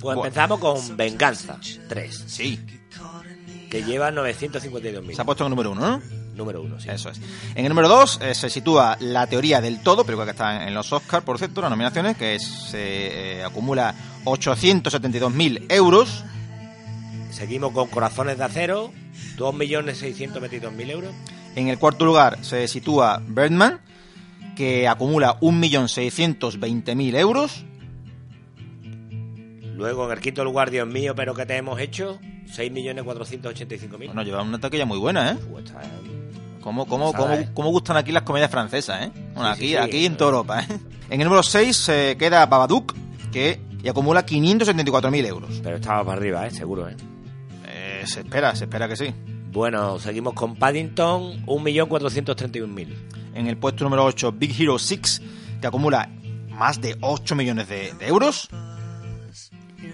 [SPEAKER 2] Pues empezamos con Venganza 3,
[SPEAKER 1] Sí,
[SPEAKER 2] que lleva 952.000.
[SPEAKER 1] se ha puesto en el número uno, ¿no?
[SPEAKER 2] Número uno, sí.
[SPEAKER 1] Eso es. En el número 2 se sitúa La teoría del todo, película que está en los Oscars, por cierto, las nominaciones, que es- se eh, acumula 872.000 euros.
[SPEAKER 2] Seguimos con Corazones de Acero, 2.622.000 euros.
[SPEAKER 1] En el cuarto lugar se sitúa Birdman, que acumula 1.620.000 euros.
[SPEAKER 2] Luego en el quinto lugar, Dios mío, pero ¿qué te hemos hecho? 6.485.000.
[SPEAKER 1] Bueno, lleva una taquilla muy buena, ¿eh?
[SPEAKER 2] Pues está, eh,
[SPEAKER 1] ¿Cómo, cómo,
[SPEAKER 2] Pasada,
[SPEAKER 1] cómo,
[SPEAKER 2] ¿eh?
[SPEAKER 1] cómo gustan aquí las comedias francesas, eh? Bueno,
[SPEAKER 2] Sí,
[SPEAKER 1] aquí,
[SPEAKER 2] sí, sí,
[SPEAKER 1] aquí en
[SPEAKER 2] eh.
[SPEAKER 1] toda Europa, ¿eh? En el número 6 se queda Babadook, que y acumula 574.000 euros.
[SPEAKER 2] Pero estaba para arriba, eh, seguro. eh.
[SPEAKER 1] Eh, se espera, se espera que sí.
[SPEAKER 2] Bueno, seguimos con Paddington, 1.431.000.
[SPEAKER 1] En el puesto número 8, Big Hero 6, que acumula más de 8 millones de, de euros.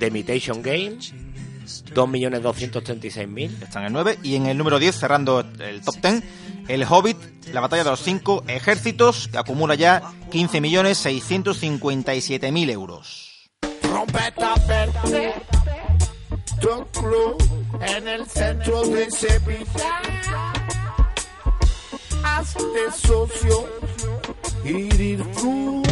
[SPEAKER 2] The Imitation Game, 2.236.000.
[SPEAKER 1] Está en el 9. Y en el número 10, cerrando el top 10, El Hobbit, La Batalla de los Cinco Ejércitos, que acumula ya 15 millones 657 mil euros.
[SPEAKER 3] Trompeta verde, tu club en el centro de Sevilla. Hazte socio y disfrútalo.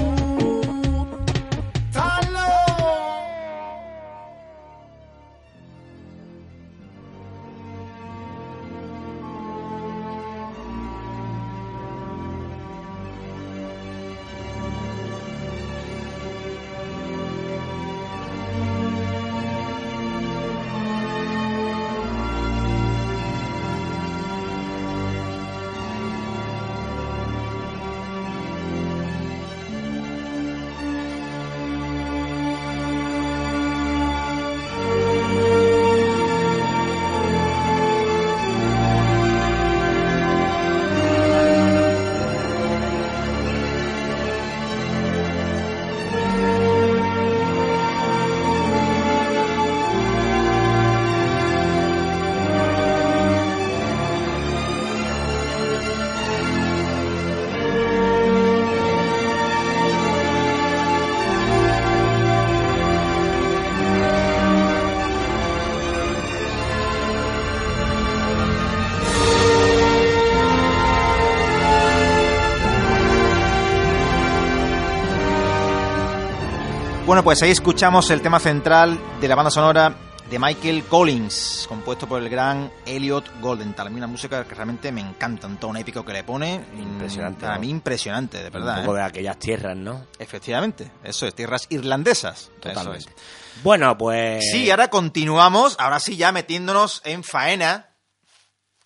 [SPEAKER 1] Bueno, pues ahí escuchamos el tema central de la banda sonora de Michael Collins, compuesto por el gran Elliot Goldenthal. A mí una música que realmente me encanta, un tono épico que le pone. mm,
[SPEAKER 2] Impresionante,
[SPEAKER 1] Para
[SPEAKER 2] ¿no?
[SPEAKER 1] mí impresionante, de verdad.
[SPEAKER 2] Un
[SPEAKER 1] ¿eh?
[SPEAKER 2] poco de aquellas tierras, ¿no?
[SPEAKER 1] Efectivamente, eso es, tierras irlandesas.
[SPEAKER 2] Totalmente.
[SPEAKER 1] Eso
[SPEAKER 2] Bueno, pues.
[SPEAKER 1] es. Sí, ahora continuamos, ahora sí ya metiéndonos en faena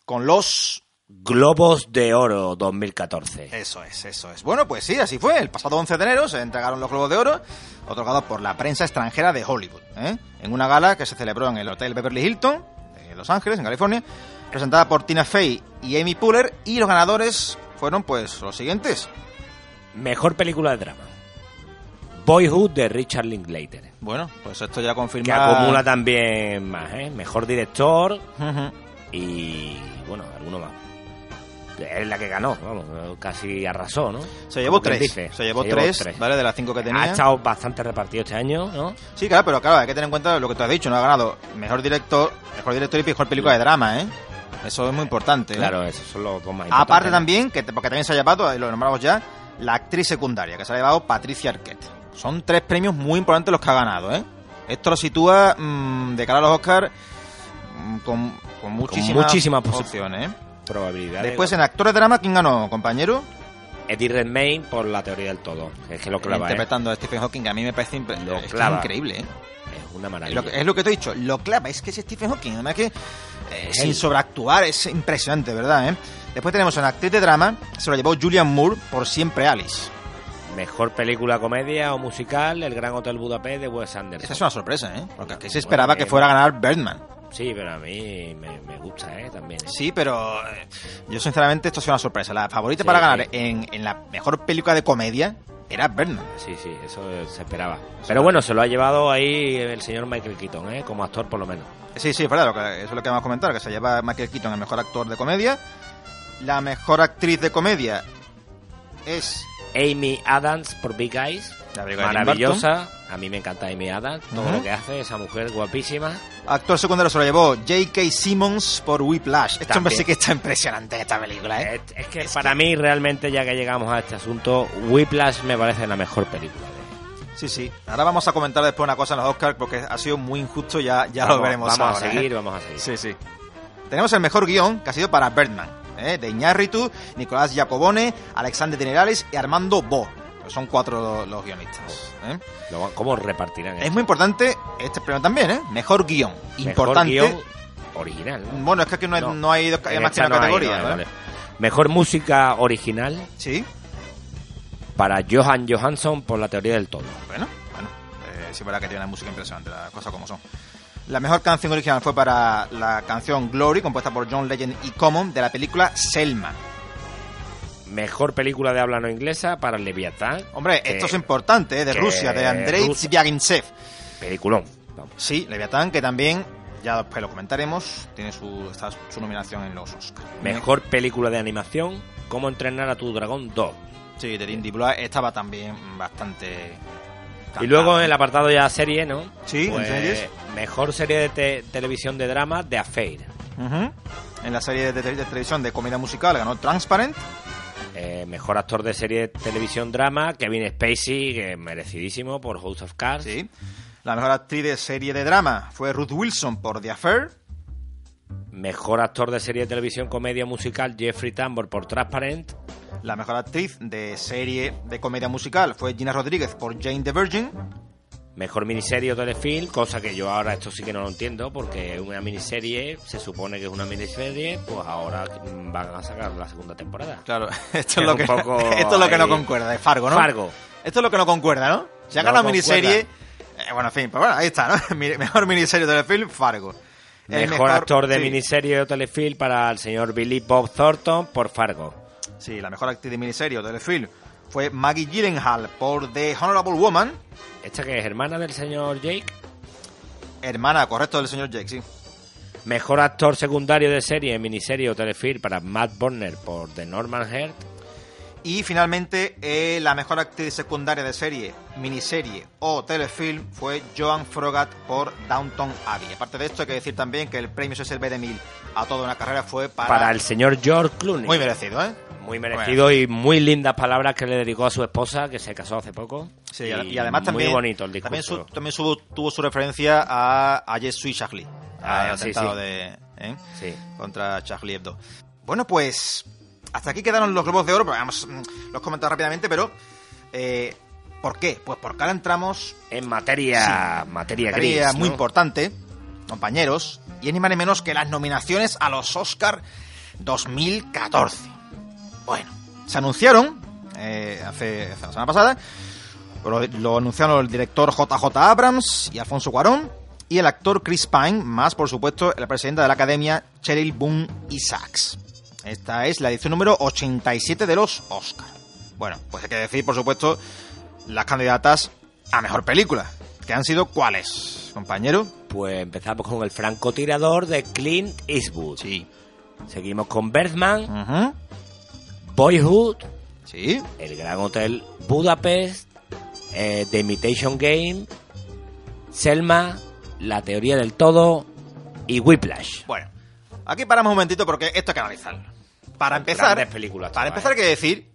[SPEAKER 1] con los...
[SPEAKER 2] Globos de Oro 2014.
[SPEAKER 1] Eso es, eso es. Bueno, pues sí, así fue. El pasado 11 de enero se entregaron los Globos de Oro, otorgados por la prensa extranjera de Hollywood, ¿eh? en una gala que se celebró en el Hotel Beverly Hilton, en Los Ángeles, en California, presentada por Tina Fey y Amy Puller, y los ganadores fueron pues los siguientes.
[SPEAKER 2] Mejor película de drama. Boyhood de Richard Linklater.
[SPEAKER 1] Bueno, pues esto ya confirma...
[SPEAKER 2] Que acumula también más, ¿eh? Mejor director
[SPEAKER 1] Ujú.
[SPEAKER 2] y. Bueno, alguno más. Es la que ganó, vamos, casi arrasó, ¿no?
[SPEAKER 1] Se llevó
[SPEAKER 2] Como quien
[SPEAKER 1] tres.
[SPEAKER 2] dice,
[SPEAKER 1] se llevó tres, ¿vale? De las cinco que tenía.
[SPEAKER 2] Ha estado bastante repartido este año, ¿no?
[SPEAKER 1] Sí, claro, pero claro, hay que tener en cuenta lo que tú has dicho, no ha ganado mejor director, mejor director y mejor película de drama, ¿eh? Eso es muy importante. ¿eh?
[SPEAKER 2] Claro, esos son los dos más importantes.
[SPEAKER 1] Aparte también, que, porque también se ha llevado, eh, lo nombramos ya, la actriz secundaria, que se ha llevado Patricia Arquette. Son tres premios muy importantes los que ha ganado, ¿eh? Esto lo sitúa mm, de cara a los Oscars mm, con, con muchísimas,
[SPEAKER 2] muchísimas posi-
[SPEAKER 1] opciones, ¿eh?
[SPEAKER 2] Probabilidades.
[SPEAKER 1] Después en actor de drama, ¿quién ganó, compañero?
[SPEAKER 2] Eddie Redmayne por la teoría del todo. Es que lo clava, ¿eh?
[SPEAKER 1] Interpretando a Stephen Hawking, que a mí me parece imp-
[SPEAKER 2] Lo
[SPEAKER 1] es que es
[SPEAKER 2] clava.
[SPEAKER 1] increíble, ¿eh?
[SPEAKER 2] Es una
[SPEAKER 1] Es
[SPEAKER 2] maravilla.
[SPEAKER 1] lo, que- es lo que te he dicho, lo clava, es que es Stephen Hawking, además que eh,
[SPEAKER 2] Es
[SPEAKER 1] sin
[SPEAKER 2] él.
[SPEAKER 1] sobreactuar es impresionante, ¿verdad? eh? Después tenemos a una actriz de drama, se lo llevó Julian Moore por Siempre Alice.
[SPEAKER 2] Mejor película comedia o musical, El Gran Hotel Budapest de Wes Anderson.
[SPEAKER 1] Esa es una sorpresa, ¿eh? Porque aquí se
[SPEAKER 2] Bueno,
[SPEAKER 1] esperaba que
[SPEAKER 2] eh,
[SPEAKER 1] fuera a ganar Birdman.
[SPEAKER 2] Sí, pero a mí me, me gusta, ¿eh? También. ¿eh?
[SPEAKER 1] Sí, pero eh, yo sinceramente esto ha sido una sorpresa. La favorita
[SPEAKER 2] Sí,
[SPEAKER 1] para
[SPEAKER 2] sí.
[SPEAKER 1] ganar en, en la mejor película de comedia era Birdman.
[SPEAKER 2] Sí, sí, eso eh, se esperaba. Pero bueno, se lo ha llevado ahí el señor Michael Keaton, ¿eh? Como actor, por lo menos.
[SPEAKER 1] Sí, sí, es verdad, lo que- eso es lo que vamos a comentar, que se lleva Michael Keaton el mejor actor de comedia. La mejor actriz de comedia es
[SPEAKER 2] Amy Adams por Big Eyes.
[SPEAKER 1] La película de Tim
[SPEAKER 2] Maravillosa. A mí me encanta Amy Adams. Todo
[SPEAKER 1] Ujú.
[SPEAKER 2] lo que hace, esa mujer guapísima.
[SPEAKER 1] Actor secundario se lo llevó J.K. Simmons por Whiplash. Este hombre
[SPEAKER 2] También.
[SPEAKER 1] sí que está impresionante esta película, ¿eh?
[SPEAKER 2] Es, es que para mí, realmente, ya que llegamos a este asunto, Whiplash me parece la mejor película. de-
[SPEAKER 1] Sí, sí. Ahora vamos a comentar después una cosa en los Oscars porque ha sido muy injusto, ya, ya lo
[SPEAKER 2] Vamos-
[SPEAKER 1] veremos
[SPEAKER 2] Vamos
[SPEAKER 1] ahora,
[SPEAKER 2] a
[SPEAKER 1] ¿eh?
[SPEAKER 2] seguir, vamos a seguir.
[SPEAKER 1] Sí, sí. Tenemos el mejor guión que ha sido para Birdman, ¿eh? de Iñárritu, Nicolás Jacobone, Alexander Generales y Armando Bo. Pues Son cuatro lo- los guionistas. ¿eh?
[SPEAKER 2] Lo van- ¿Cómo repartirán
[SPEAKER 1] Es
[SPEAKER 2] esto?
[SPEAKER 1] muy importante este premio también, ¿eh? Mejor guión.
[SPEAKER 2] Mejor
[SPEAKER 1] importante.
[SPEAKER 2] guión original. ¿no?
[SPEAKER 1] Bueno, es que aquí no, hay-
[SPEAKER 2] No.
[SPEAKER 1] no hay, dos- hay
[SPEAKER 2] En
[SPEAKER 1] más que
[SPEAKER 2] esta
[SPEAKER 1] una
[SPEAKER 2] no hay,
[SPEAKER 1] categoría.
[SPEAKER 2] no hay,
[SPEAKER 1] ¿eh?
[SPEAKER 2] vale. Mejor música original
[SPEAKER 1] Sí,
[SPEAKER 2] para Johan Johansson por la teoría del todo.
[SPEAKER 1] bueno, bueno. Eh, sí, es verdad que tiene una música impresionante, las cosas como son. La mejor canción original fue para la canción Glory, compuesta por John Legend y Common, de la película Selma.
[SPEAKER 2] Mejor película de habla no inglesa para Leviatán.
[SPEAKER 1] Hombre,
[SPEAKER 2] que-
[SPEAKER 1] esto es importante, ¿eh? de
[SPEAKER 2] que
[SPEAKER 1] Rusia, de Andrei
[SPEAKER 2] Rusia.
[SPEAKER 1] Zvyagintsev.
[SPEAKER 2] Peliculón. Vamos.
[SPEAKER 1] Sí, Leviatán, que también, ya después lo comentaremos, tiene su, está su nominación en los Oscars.
[SPEAKER 2] Mejor película de animación, Cómo entrenar a tu dragón 2.
[SPEAKER 1] Sí, de Lindy Blood estaba también bastante...
[SPEAKER 2] Y luego en
[SPEAKER 1] el
[SPEAKER 2] el apartado ya serie, ¿no?
[SPEAKER 1] Sí,
[SPEAKER 2] Pues,
[SPEAKER 1] series.
[SPEAKER 2] Mejor serie de te- televisión de drama, The Affair.
[SPEAKER 1] Ujú. En la serie de, te- de televisión de comedia musical ganó Transparent.
[SPEAKER 2] Eh, mejor actor de serie de televisión drama, Kevin Spacey, que es merecidísimo por House of Cards.
[SPEAKER 1] Sí. La mejor actriz de serie de drama fue Ruth Wilson por The Affair.
[SPEAKER 2] Mejor actor de serie de televisión comedia musical, Jeffrey Tambor por Transparent.
[SPEAKER 1] La mejor actriz de serie de comedia musical fue Gina Rodríguez por Jane the Virgin.
[SPEAKER 2] Mejor miniserie o telefilm, cosa que yo ahora esto sí que no lo entiendo, porque una miniserie se supone que es una miniserie, pues ahora mm, van a sacar la segunda temporada.
[SPEAKER 1] Claro, esto
[SPEAKER 2] Es
[SPEAKER 1] es lo
[SPEAKER 2] un
[SPEAKER 1] que,
[SPEAKER 2] poco
[SPEAKER 1] esto es lo que no
[SPEAKER 2] ahí.
[SPEAKER 1] concuerda, es Fargo, ¿no?
[SPEAKER 2] Fargo.
[SPEAKER 1] Esto es lo que no concuerda, ¿no? Se ha
[SPEAKER 2] No
[SPEAKER 1] ganado
[SPEAKER 2] concuerda.
[SPEAKER 1] miniserie. eh, bueno, en fin, pues bueno, ahí está, ¿no? Mi- mejor miniserie de telefilm, Fargo. El
[SPEAKER 2] Mejor, actor de
[SPEAKER 1] sí.
[SPEAKER 2] miniserie o telefilm para el señor Billy Bob Thornton por Fargo.
[SPEAKER 1] Sí, la mejor actriz de miniserie o telefilm fue Maggie Gyllenhaal por The Honorable Woman.
[SPEAKER 2] Esta que es hermana del señor Jake.
[SPEAKER 1] Hermana, correcto, del señor Jake, sí.
[SPEAKER 2] Mejor actor secundario de serie, miniserie o telefilm para Matt Bonner por The Norman Heart.
[SPEAKER 1] Y finalmente, eh, la mejor actriz secundaria de serie, miniserie o telefilm fue Joan Frogat por Downton Abbey. Aparte de esto, hay que decir también que el premio CSB de Mil a toda una carrera fue para...
[SPEAKER 2] Para el señor George Clooney.
[SPEAKER 1] Muy merecido, ¿eh?
[SPEAKER 2] Muy merecido y muy lindas palabras que le dedicó a su esposa, que se casó hace poco.
[SPEAKER 1] Sí, y, además también...
[SPEAKER 2] Muy bonito el
[SPEAKER 1] También,
[SPEAKER 2] discurso.
[SPEAKER 1] su- también su- tuvo su referencia a, a Jesús y Charlie.
[SPEAKER 2] Ah,
[SPEAKER 1] al
[SPEAKER 2] sí,
[SPEAKER 1] atentado
[SPEAKER 2] sí.
[SPEAKER 1] de... ¿eh?
[SPEAKER 2] Sí.
[SPEAKER 1] contra Charlie Hebdo. Bueno, pues hasta aquí quedaron los globos de oro, pero vamos, mm, los comentar rápidamente, pero eh, ¿por qué? Pues porque ahora entramos
[SPEAKER 2] En materia, materia gris.
[SPEAKER 1] materia muy
[SPEAKER 2] ¿no?
[SPEAKER 1] importante, compañeros, y es ni más ni menos que las nominaciones a los Oscar 2014. Bueno, se anunciaron eh, hace, hace la semana pasada, lo, lo anunciaron el director JJ Abrams y Alfonso Cuarón, y el actor Chris Pine, más por supuesto la presidenta de la academia Cheryl Boone Isaacs. Esta es la edición número 87 de los Oscar. Bueno, pues hay que decir, por supuesto, las candidatas a mejor película. ¿Que han sido cuáles, compañero?
[SPEAKER 2] Pues empezamos con el francotirador de Clint Eastwood.
[SPEAKER 1] Sí.
[SPEAKER 2] Seguimos con Birdman,
[SPEAKER 1] Ujú.
[SPEAKER 2] Boyhood,
[SPEAKER 1] Sí.
[SPEAKER 2] El Gran Hotel Budapest, eh, The Imitation Game, Selma, La Teoría del Todo y Whiplash.
[SPEAKER 1] Bueno, aquí paramos un momentito porque esto hay que analizarlo. Para empezar,
[SPEAKER 2] Grandes películas,
[SPEAKER 1] para
[SPEAKER 2] chaval.
[SPEAKER 1] empezar hay que decir,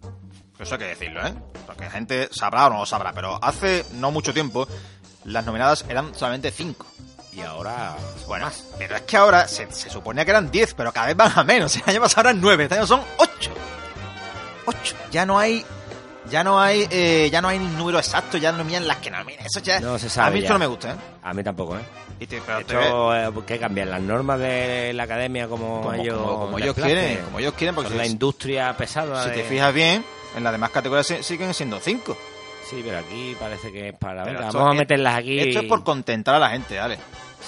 [SPEAKER 1] eso hay que decirlo, ¿eh? Porque la gente sabrá o no lo sabrá, pero hace no mucho tiempo las nominadas eran solamente 5.
[SPEAKER 2] Y ahora son
[SPEAKER 1] Bueno,
[SPEAKER 2] más.
[SPEAKER 1] pero es que ahora se, se suponía que eran 10, pero cada vez van a menos. El año pasado eran 9, este año son 8. 8. Ya no hay. Ya no hay. eh, ya no hay número exacto, ya no miran las que no miran. Eso ya.
[SPEAKER 2] No se sabe
[SPEAKER 1] A mí esto
[SPEAKER 2] ya.
[SPEAKER 1] no me gusta, ¿eh?
[SPEAKER 2] A mí tampoco, ¿eh?
[SPEAKER 1] Y te- pero te-
[SPEAKER 2] Esto eh, que cambian las normas de la academia como,
[SPEAKER 1] como,
[SPEAKER 2] ellos,
[SPEAKER 1] como- como ellos
[SPEAKER 2] desplacen.
[SPEAKER 1] quieren, como ellos quieren, porque
[SPEAKER 2] Son la
[SPEAKER 1] si,
[SPEAKER 2] industria pesada.
[SPEAKER 1] si te
[SPEAKER 2] de-
[SPEAKER 1] fijas bien, en las demás categorías se- siguen siendo 5.
[SPEAKER 2] Sí, pero aquí parece que es para.
[SPEAKER 1] Pero
[SPEAKER 2] Venga,
[SPEAKER 1] esto
[SPEAKER 2] vamos a
[SPEAKER 1] es-
[SPEAKER 2] meterlas aquí.
[SPEAKER 1] Esto es por contentar a la gente, ¿vale?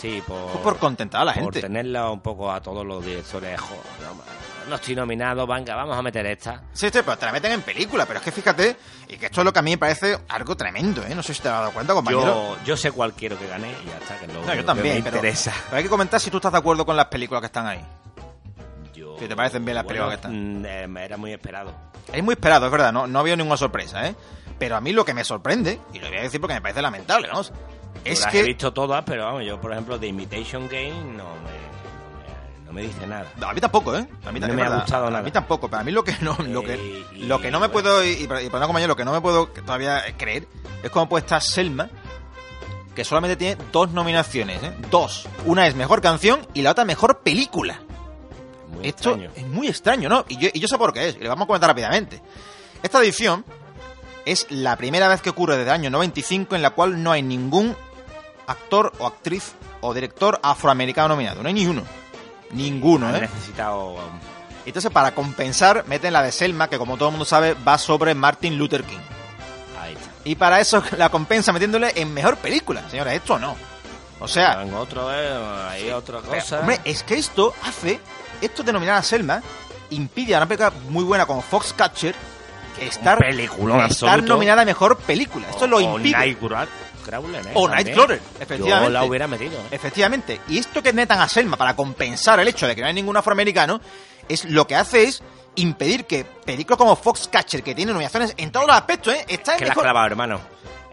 [SPEAKER 2] Sí, por.
[SPEAKER 1] Esto es por contentar a la
[SPEAKER 2] por
[SPEAKER 1] gente.
[SPEAKER 2] tenerla un poco a todos los directores. Joder, no, ma- no estoy nominado, venga, vamos a meter esta.
[SPEAKER 1] Sí, sí, pero te la meten en película, pero es que fíjate, y que esto es lo que a mí me parece algo tremendo, ¿eh? No sé si te has dado cuenta, compañero.
[SPEAKER 2] Yo, yo sé cuál quiero que gane y ya está, que es lo
[SPEAKER 1] No,
[SPEAKER 2] único
[SPEAKER 1] yo
[SPEAKER 2] que
[SPEAKER 1] también,
[SPEAKER 2] me
[SPEAKER 1] pero,
[SPEAKER 2] interesa.
[SPEAKER 1] pero hay que comentar si tú estás de acuerdo con las películas que están ahí.
[SPEAKER 2] Yo-
[SPEAKER 1] Sí, te parecen bien las
[SPEAKER 2] bueno,
[SPEAKER 1] películas que
[SPEAKER 2] mm, em, Era muy esperado.
[SPEAKER 1] Es muy esperado, es verdad, no, no había ninguna sorpresa, ¿eh? Pero a mí lo que me sorprende, y lo voy a decir porque me parece lamentable, vamos,
[SPEAKER 2] Yo
[SPEAKER 1] es
[SPEAKER 2] las he
[SPEAKER 1] que...
[SPEAKER 2] visto todas, pero vamos, yo, por ejemplo, The Imitation Game no me, no me dice nada.
[SPEAKER 1] No, A mí tampoco, ¿eh? A mí,
[SPEAKER 2] No
[SPEAKER 1] es
[SPEAKER 2] me ha
[SPEAKER 1] verdad,
[SPEAKER 2] gustado
[SPEAKER 1] A
[SPEAKER 2] nada.
[SPEAKER 1] mí tampoco, pero a mí lo que no, lo que,
[SPEAKER 2] Eh, y-
[SPEAKER 1] lo que no me
[SPEAKER 2] bueno.
[SPEAKER 1] puedo, y, y per- y perdón compañero, lo que no me puedo todavía creer es cómo puede estar Selma, que solamente tiene dos nominaciones, ¿eh? Dos. Una es Mejor Canción y la otra Mejor Película.
[SPEAKER 2] Muy
[SPEAKER 1] Esto
[SPEAKER 2] extraño.
[SPEAKER 1] es muy extraño, ¿no? Y yo, y yo sé por qué es, y lo vamos a comentar rápidamente. Esta edición es la primera vez que ocurre desde el año 95 en la cual no hay ningún actor o actriz o director afroamericano nominado. No hay ni uno. Ninguno,
[SPEAKER 2] Han
[SPEAKER 1] ¿eh?
[SPEAKER 2] necesitado um,
[SPEAKER 1] Entonces, para compensar, meten la de Selma, que como todo el mundo sabe, va sobre Martin Luther King.
[SPEAKER 2] ahí está.
[SPEAKER 1] Y para eso la compensa metiéndole en mejor película. Señora, esto no. O sea,
[SPEAKER 2] en otro, eh, hay otra cosa.
[SPEAKER 1] Hombre, es que esto hace, esto de nominar a Selma, impide a una película muy buena como Foxcatcher que estar,
[SPEAKER 2] peliculón
[SPEAKER 1] estar
[SPEAKER 2] absoluto. Oh,
[SPEAKER 1] nominada a mejor película. Esto lo
[SPEAKER 2] O
[SPEAKER 1] impide.
[SPEAKER 2] Nightcrawler, Crawler, eh,
[SPEAKER 1] O
[SPEAKER 2] también.
[SPEAKER 1] Nightcrawler, efectivamente.
[SPEAKER 2] Yo la hubiera metido. eh.
[SPEAKER 1] Efectivamente. Y esto que metan a Selma para compensar el hecho de que no hay ningún afroamericano, es lo que hace es impedir que películas como Foxcatcher, que tiene nominaciones en todos los aspectos, ¿eh? está en
[SPEAKER 2] Que la has
[SPEAKER 1] mejor...
[SPEAKER 2] clavado, hermano.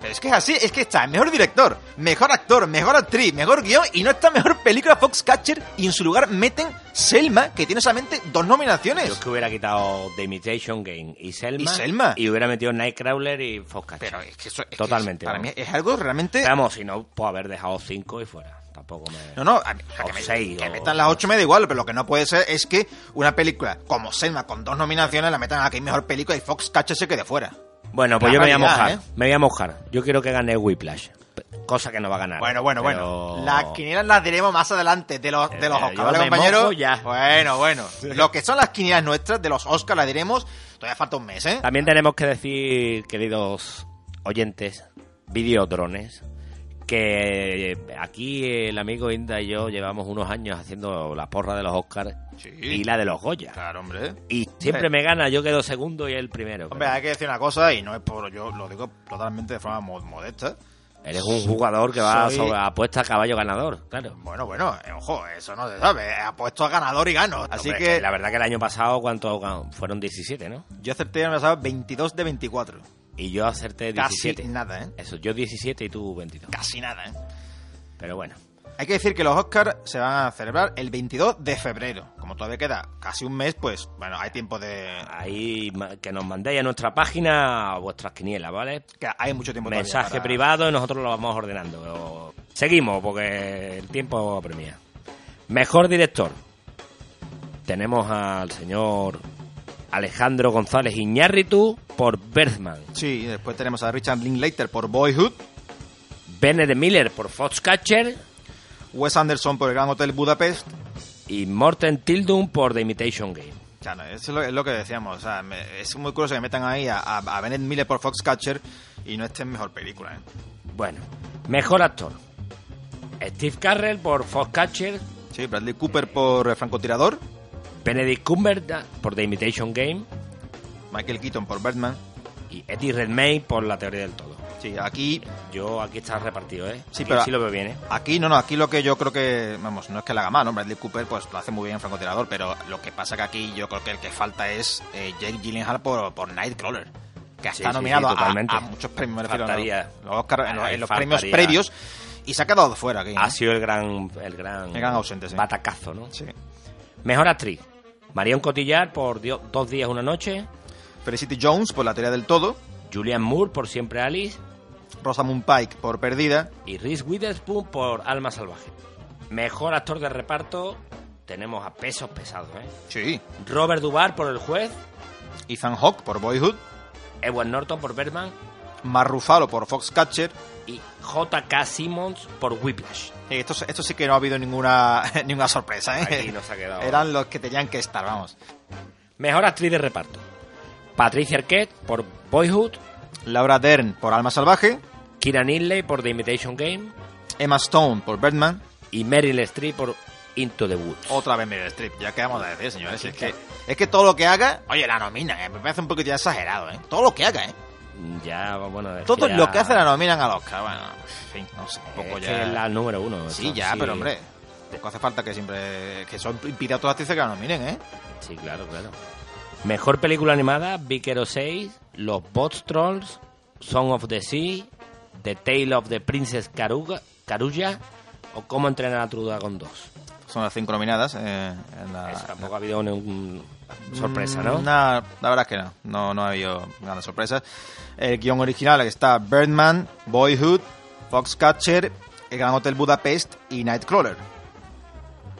[SPEAKER 1] Pero es que es así, es que está mejor director, mejor actor, mejor actriz, mejor guión y no está mejor película Foxcatcher y en su lugar meten Selma, que tiene solamente dos
[SPEAKER 2] Yo
[SPEAKER 1] nominaciones.
[SPEAKER 2] es que hubiera quitado The Imitation Game y Selma.
[SPEAKER 1] ¿Y Selma?
[SPEAKER 2] y hubiera metido Nightcrawler y Foxcatcher.
[SPEAKER 1] Pero es que eso es que
[SPEAKER 2] Totalmente,
[SPEAKER 1] para mí
[SPEAKER 2] vamos.
[SPEAKER 1] es algo realmente...
[SPEAKER 2] Vamos, si no, puedo haber dejado cinco y fuera. Tampoco me...
[SPEAKER 1] No, no, a mí- a
[SPEAKER 2] O
[SPEAKER 1] que, me-
[SPEAKER 2] seis,
[SPEAKER 1] que
[SPEAKER 2] o-
[SPEAKER 1] metan las ocho me da igual, pero lo que no puede ser es que una película como Selma con dos nominaciones la metan a la que hay mejor película y Foxcatcher se quede fuera.
[SPEAKER 2] Bueno, pues
[SPEAKER 1] La
[SPEAKER 2] yo me voy a
[SPEAKER 1] realidad,
[SPEAKER 2] mojar.
[SPEAKER 1] ¿eh?
[SPEAKER 2] Me voy a mojar. Yo quiero que gane Whiplash. P- Cosa que no va a ganar.
[SPEAKER 1] Bueno, bueno,
[SPEAKER 2] Pero-
[SPEAKER 1] bueno. Las quinielas las diremos más adelante de los, de los
[SPEAKER 2] Eh,
[SPEAKER 1] Oscars,
[SPEAKER 2] yo
[SPEAKER 1] ¿vale,
[SPEAKER 2] me
[SPEAKER 1] compañero?
[SPEAKER 2] mojo ya.
[SPEAKER 1] Bueno, bueno. Lo que son las quinielas nuestras de los Oscars las diremos. Todavía falta un mes, ¿eh?
[SPEAKER 2] También tenemos que decir, queridos oyentes, videodrones, que aquí el amigo Inda y yo llevamos unos años haciendo la porra de los Oscars
[SPEAKER 1] Sí.
[SPEAKER 2] y la de los Goya.
[SPEAKER 1] Claro, hombre.
[SPEAKER 2] Y siempre me gana, yo quedo segundo y él primero.
[SPEAKER 1] Hombre, hay que decir una cosa, y no es por. Yo lo digo totalmente de forma mo- modesta.
[SPEAKER 2] Eres un jugador que va
[SPEAKER 1] Soy-
[SPEAKER 2] sobre apuesta a caballo ganador, claro.
[SPEAKER 1] Bueno, bueno, eh, ojo, eso no se sabe. Apuesto a ganador y gano. Así
[SPEAKER 2] Hombre,
[SPEAKER 1] que.
[SPEAKER 2] La verdad que el año pasado, ¿cuántos gan- fueron? 17, ¿no?
[SPEAKER 1] Yo acerté el año pasado 22 de 24.
[SPEAKER 2] Y yo acerté
[SPEAKER 1] Casi
[SPEAKER 2] 17.
[SPEAKER 1] nada, ¿eh?
[SPEAKER 2] Eso, yo 17 y tú 22.
[SPEAKER 1] Casi nada, ¿eh?
[SPEAKER 2] Pero bueno.
[SPEAKER 1] Hay que decir que los Oscars se van a celebrar el 22 de febrero. Como todavía queda casi un mes, pues, bueno, hay tiempo de.
[SPEAKER 2] Ahí ma- que nos mandéis a nuestra página vuestras quinielas, ¿vale?
[SPEAKER 1] que hay mucho tiempo todavía
[SPEAKER 2] Mensaje
[SPEAKER 1] para-
[SPEAKER 2] privado y nosotros lo vamos ordenando. Pero Seguimos porque el tiempo apremia. Mejor director. Tenemos al señor Alejandro González Iñárritu por Bergman.
[SPEAKER 1] Sí, y después tenemos a Richard Linklater por Boyhood,
[SPEAKER 2] Benedict Miller por Foxcatcher.
[SPEAKER 1] Wes Anderson por El Gran Hotel Budapest.
[SPEAKER 2] Y Morten Tildum por The Imitation Game.
[SPEAKER 1] Claro, eso es lo, es lo que decíamos. O sea, me- es muy curioso que metan ahí a, a, a Bennett Miller por Foxcatcher y no esté en mejor película. ¿eh?
[SPEAKER 2] Bueno, mejor actor. Steve Carrell por Foxcatcher.
[SPEAKER 1] Sí, Bradley Cooper por eh, Francotirador,
[SPEAKER 2] Benedict Cumberbatch por The Imitation Game.
[SPEAKER 1] Michael Keaton por Birdman.
[SPEAKER 2] y Eddie Redmayne por la teoría del todo.
[SPEAKER 1] Sí, aquí
[SPEAKER 2] Yo aquí está repartido, ¿eh?
[SPEAKER 1] Ah. Sí,
[SPEAKER 2] Aquí
[SPEAKER 1] pero-
[SPEAKER 2] sí lo veo bien, ¿eh?
[SPEAKER 1] Aquí no, no, aquí lo que yo creo que, vamos, no es que la haga mal, ¿no? Bradley Cooper pues lo hace muy bien en francotirador, pero lo que pasa que aquí yo creo que el que falta es eh, Jake Gyllenhaal por, por Nightcrawler, que
[SPEAKER 2] Sí,
[SPEAKER 1] está
[SPEAKER 2] sí,
[SPEAKER 1] nominado
[SPEAKER 2] sí,
[SPEAKER 1] a-
[SPEAKER 2] totalmente.
[SPEAKER 1] a, muchos premios, me refiero,
[SPEAKER 2] Faltaría.
[SPEAKER 1] ¿no? los Oscar- en los, en los
[SPEAKER 2] Faltaría. Ah,
[SPEAKER 1] premios previos, y se ha quedado fuera aquí. ¿no?
[SPEAKER 2] Ha sido el gran, el gran,
[SPEAKER 1] El gran ausente, sí.
[SPEAKER 2] batacazo, ¿no?
[SPEAKER 1] Sí.
[SPEAKER 2] Mejor actriz. Marion Cotillar por Dio- Dos días, una noche.
[SPEAKER 1] Felicity Jones por La teoría del todo,
[SPEAKER 2] Julianne Moore por Siempre Alice.
[SPEAKER 1] Rosamund Pike por Perdida,
[SPEAKER 2] Y Reese Witherspoon por Alma Salvaje. Mejor actor de reparto tenemos a pesos pesados, ¿eh?
[SPEAKER 1] sí,
[SPEAKER 2] Robert Duval por El Juez.
[SPEAKER 1] Ethan Hawke por Boyhood,
[SPEAKER 2] Edward Norton por Bergman.
[SPEAKER 1] Mark Ruffalo por Foxcatcher.
[SPEAKER 2] Y J.K. Simmons por Whiplash.
[SPEAKER 1] Eh, Esto, esto sí que no ha habido ninguna, ninguna sorpresa, ¿eh?
[SPEAKER 2] Aquí nos ha quedado-
[SPEAKER 1] Eran los que tenían que estar, vamos.
[SPEAKER 2] Mejor actriz de reparto. Patricia Arquette por Boyhood,
[SPEAKER 1] Laura Dern por Alma Salvaje,
[SPEAKER 2] Kira Knightley por The Imitation Game
[SPEAKER 1] Emma Stone por Birdman,
[SPEAKER 2] y Meryl Streep por Into the Woods.
[SPEAKER 1] otra vez Meryl Streep. Ya quedamos de decir, señores. Es que, es que todo lo que haga, oye, la nominan, eh, me parece un poquito ya exagerado, ¿eh? Todo lo que haga, ¿eh?
[SPEAKER 2] Ya, bueno, es
[SPEAKER 1] Todo
[SPEAKER 2] ya-
[SPEAKER 1] lo que hace la nominan al Oscar. Bueno, en fin, no sé, un poco
[SPEAKER 2] es
[SPEAKER 1] ya.
[SPEAKER 2] que es la número uno.
[SPEAKER 1] Sí,
[SPEAKER 2] eso
[SPEAKER 1] ya, pero hombre. Tampoco hace falta que siempre. que eso impida a todas las actrices que la nominen, ¿eh?
[SPEAKER 2] Sí, claro, claro. Mejor película animada, Viquero 6, Los Bots Trolls, Song of the Sea, The Tale of the Princess Caruga, Carulla o Cómo entrenar a tu dragón 2.
[SPEAKER 1] Son las cinco nominadas. eh, en la-
[SPEAKER 2] Eso tampoco ha habido ninguna sorpresa, ¿no?
[SPEAKER 1] Mm, nada, la verdad es que no. No, no ha habido grandes sorpresas. El guión original está Birdman, Boyhood, Foxcatcher, El Gran Hotel Budapest y Nightcrawler.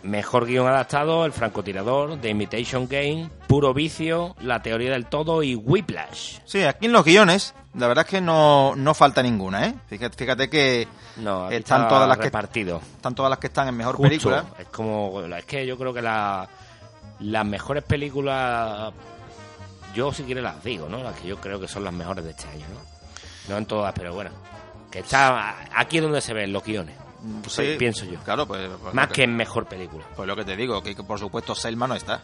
[SPEAKER 2] Mejor guión adaptado, El francotirador, The Imitation Game, Puro vicio, La teoría del todo y Whiplash.
[SPEAKER 1] Sí, aquí en los guiones, la verdad es que no, no falta ninguna, ¿eh? Fíjate, fíjate que
[SPEAKER 2] No, aquí
[SPEAKER 1] están,
[SPEAKER 2] está
[SPEAKER 1] todas las que,
[SPEAKER 2] repartido.
[SPEAKER 1] están todas las que están en mejor
[SPEAKER 2] Justo.
[SPEAKER 1] película.
[SPEAKER 2] Es como es que yo creo que la- las mejores películas yo si quieres las digo, ¿no? Las que yo creo que son las mejores de este año, ¿no? No en todas, pero bueno, que está aquí es donde se ven los guiones.
[SPEAKER 1] Sí,
[SPEAKER 2] pienso yo.
[SPEAKER 1] Claro, pues, pues
[SPEAKER 2] Más
[SPEAKER 1] lo
[SPEAKER 2] que en mejor película.
[SPEAKER 1] Pues lo que te digo, que por supuesto Selma no está.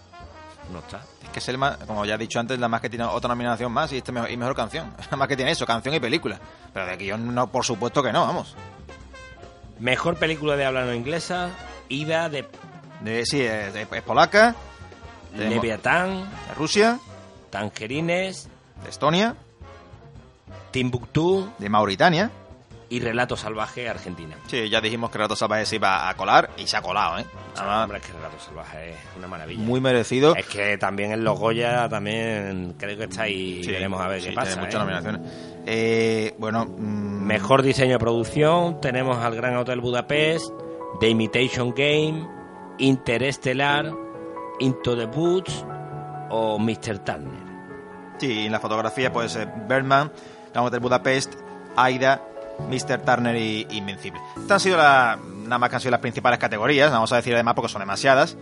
[SPEAKER 2] No está.
[SPEAKER 1] Es que Selma, como ya he dicho antes, la más que tiene otra nominación más y, este mejor, y mejor canción. La más que tiene eso, canción y película. Pero de guión, no, por supuesto que no, vamos.
[SPEAKER 2] Mejor película de habla no inglesa, Ida de
[SPEAKER 1] De- sí, es, es- es polaca, de, Mo-
[SPEAKER 2] Leviatán,
[SPEAKER 1] de Rusia,
[SPEAKER 2] Tangerines,
[SPEAKER 1] de Estonia,
[SPEAKER 2] Timbuktu
[SPEAKER 1] de Mauritania.
[SPEAKER 2] y Relato Salvaje Argentina.
[SPEAKER 1] Sí, ya dijimos que Rato Salvaje se iba a colar y se ha colado, ¿eh?
[SPEAKER 2] Ah,
[SPEAKER 1] Nada,
[SPEAKER 2] hombre, es que Relato Salvaje es una maravilla.
[SPEAKER 1] muy merecido.
[SPEAKER 2] Es que también en los Goya también creo que está ahí.
[SPEAKER 1] Sí,
[SPEAKER 2] veremos a ver
[SPEAKER 1] sí,
[SPEAKER 2] qué
[SPEAKER 1] tiene
[SPEAKER 2] pasa.
[SPEAKER 1] muchas
[SPEAKER 2] ¿eh?
[SPEAKER 1] nominaciones. Eh, bueno, mm,
[SPEAKER 2] Mejor diseño de producción, tenemos al Gran Hotel Budapest, The Imitation Game, Interestelar, Into the Woods o Mr. Turner.
[SPEAKER 1] Sí, en la fotografía pues eh, Birdman, La Hotel Budapest, Aida, Mr. Turner y Invencible. Estas han sido la- nada más que han sido las principales categorías, no vamos a decir además porque son demasiadas.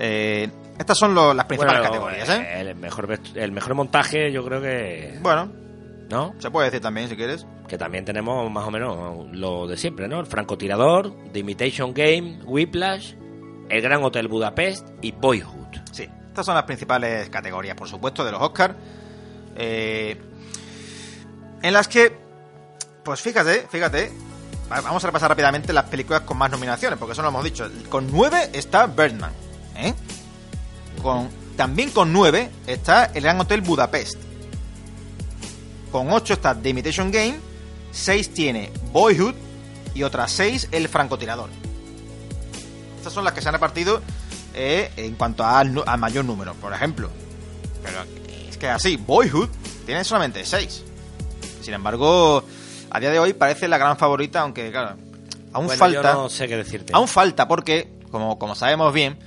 [SPEAKER 1] Eh, estas son lo- las principales
[SPEAKER 2] Bueno,
[SPEAKER 1] categorías, ¿eh?
[SPEAKER 2] El mejor, vestu- el mejor montaje yo creo que...
[SPEAKER 1] Bueno,
[SPEAKER 2] ¿No?
[SPEAKER 1] se puede decir también si quieres.
[SPEAKER 2] Que también tenemos más o menos lo de siempre, ¿no? El francotirador, The Imitation Game, Whiplash, El Gran Hotel Budapest y Boyhood.
[SPEAKER 1] Sí, estas son las principales categorías, por supuesto, de los Oscars. en las que, pues fíjate, fíjate, va- vamos a repasar rápidamente las películas con más nominaciones, porque eso no lo hemos dicho. Con 9 está Birdman, ¿eh? Con, también con 9 está El Gran Hotel Budapest. Con 8 está The Imitation Game, 6 tiene Boyhood y otras 6 El Francotirador. Estas son las que se han repartido eh, en cuanto al, nu- al mayor número, por ejemplo. Pero es que así, Boyhood tiene solamente 6. Sin embargo, a día de hoy parece la gran favorita, aunque claro, aún
[SPEAKER 2] Bueno,
[SPEAKER 1] falta...
[SPEAKER 2] Yo no sé qué decirte.
[SPEAKER 1] Aún falta porque, como, como sabemos bien,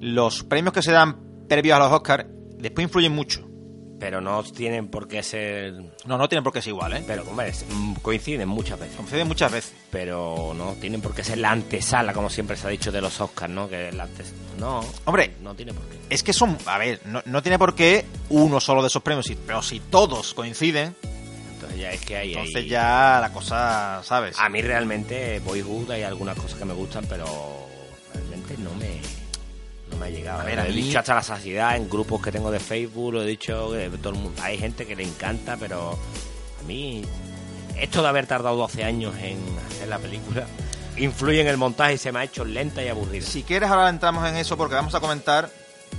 [SPEAKER 1] los premios que se dan previos a los Oscars después influyen mucho.
[SPEAKER 2] Pero no tienen por qué ser.
[SPEAKER 1] No, no tienen por qué ser igual, ¿eh?
[SPEAKER 2] Pero hombre, es- mm, coinciden muchas veces.
[SPEAKER 1] Conceden muchas veces.
[SPEAKER 2] Pero no tienen por qué ser la antesala, como siempre se ha dicho de los Oscars, ¿no? Que la antes... No,
[SPEAKER 1] Hombre,
[SPEAKER 2] no tiene por qué.
[SPEAKER 1] es que son... A ver, no, no tiene por qué uno solo de esos premios, si- pero si todos coinciden,
[SPEAKER 2] Entonces ya es que hay.
[SPEAKER 1] entonces
[SPEAKER 2] hay-
[SPEAKER 1] ya la cosa, ¿sabes?
[SPEAKER 2] A mí realmente Boyhood hay algunas cosas que me gustan, pero realmente no me. No me ha llegado.
[SPEAKER 1] A ver,
[SPEAKER 2] Lo
[SPEAKER 1] a
[SPEAKER 2] he
[SPEAKER 1] mí-
[SPEAKER 2] dicho hasta la saciedad en grupos que tengo de Facebook, lo he dicho. que todo el mundo- Hay gente que le encanta, pero a mí. Esto de haber tardado 12 años en hacer la película influye en el montaje y se me ha hecho lenta y aburrida.
[SPEAKER 1] Si quieres ahora entramos en eso porque vamos a comentar,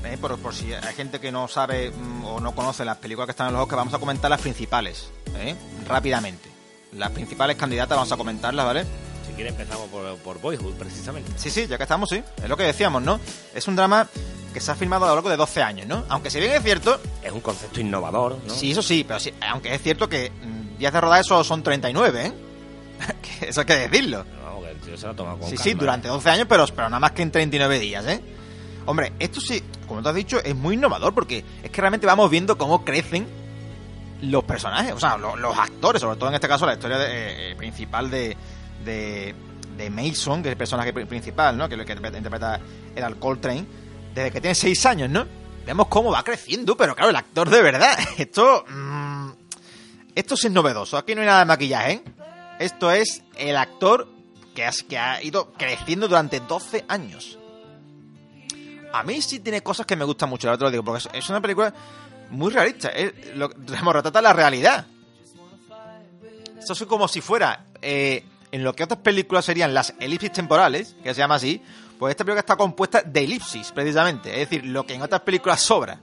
[SPEAKER 1] eh, por, por si hay gente que no sabe mm, o no conoce las películas que están en los Oscars, vamos a comentar las principales, ¿eh? Rápidamente. Las principales candidatas vamos a comentarlas, ¿vale?
[SPEAKER 2] Si quieres empezamos por, por Boyhood, precisamente.
[SPEAKER 1] Sí, sí, ya que estamos, sí. Es lo que decíamos, ¿no? Es un drama que se ha filmado a lo largo de 12 años, ¿no? Aunque si bien es cierto,
[SPEAKER 2] Es un concepto innovador, ¿no?
[SPEAKER 1] sí, eso sí, pero sí, aunque es cierto que mm, días de rodaje solo son 39, ¿eh? Que eso hay que decirlo.
[SPEAKER 2] No, que el tío se lo ha tomado con
[SPEAKER 1] Sí, sí,
[SPEAKER 2] calma, ¿eh?
[SPEAKER 1] durante 12 años, pero, pero nada más que en 39 días, ¿eh? Hombre, esto sí, como te has dicho, es muy innovador porque es que realmente vamos viendo cómo crecen los personajes, o sea, lo- los, actores, sobre todo en este caso la historia de- eh, principal de, de, de Mason, que es el personaje pri- principal, ¿no? Que es el que interpreta el alcohol train, desde que tiene 6 años, ¿no? Vemos cómo va creciendo, pero claro, el actor de verdad, esto... mm, esto sí es novedoso, aquí no hay nada de maquillaje, ¿eh? Esto es el actor que, has- que ha ido creciendo durante 12 años. A mí sí tiene cosas que me gustan mucho, la verdad te lo digo, porque es, es una película muy realista. Es, lo, como retrata la realidad. Esto es como si fuera, eh, en lo que otras películas serían las elipsis temporales, que se llama así, Pues esta película está compuesta de elipsis, precisamente. Es decir, lo que en otras películas sobra.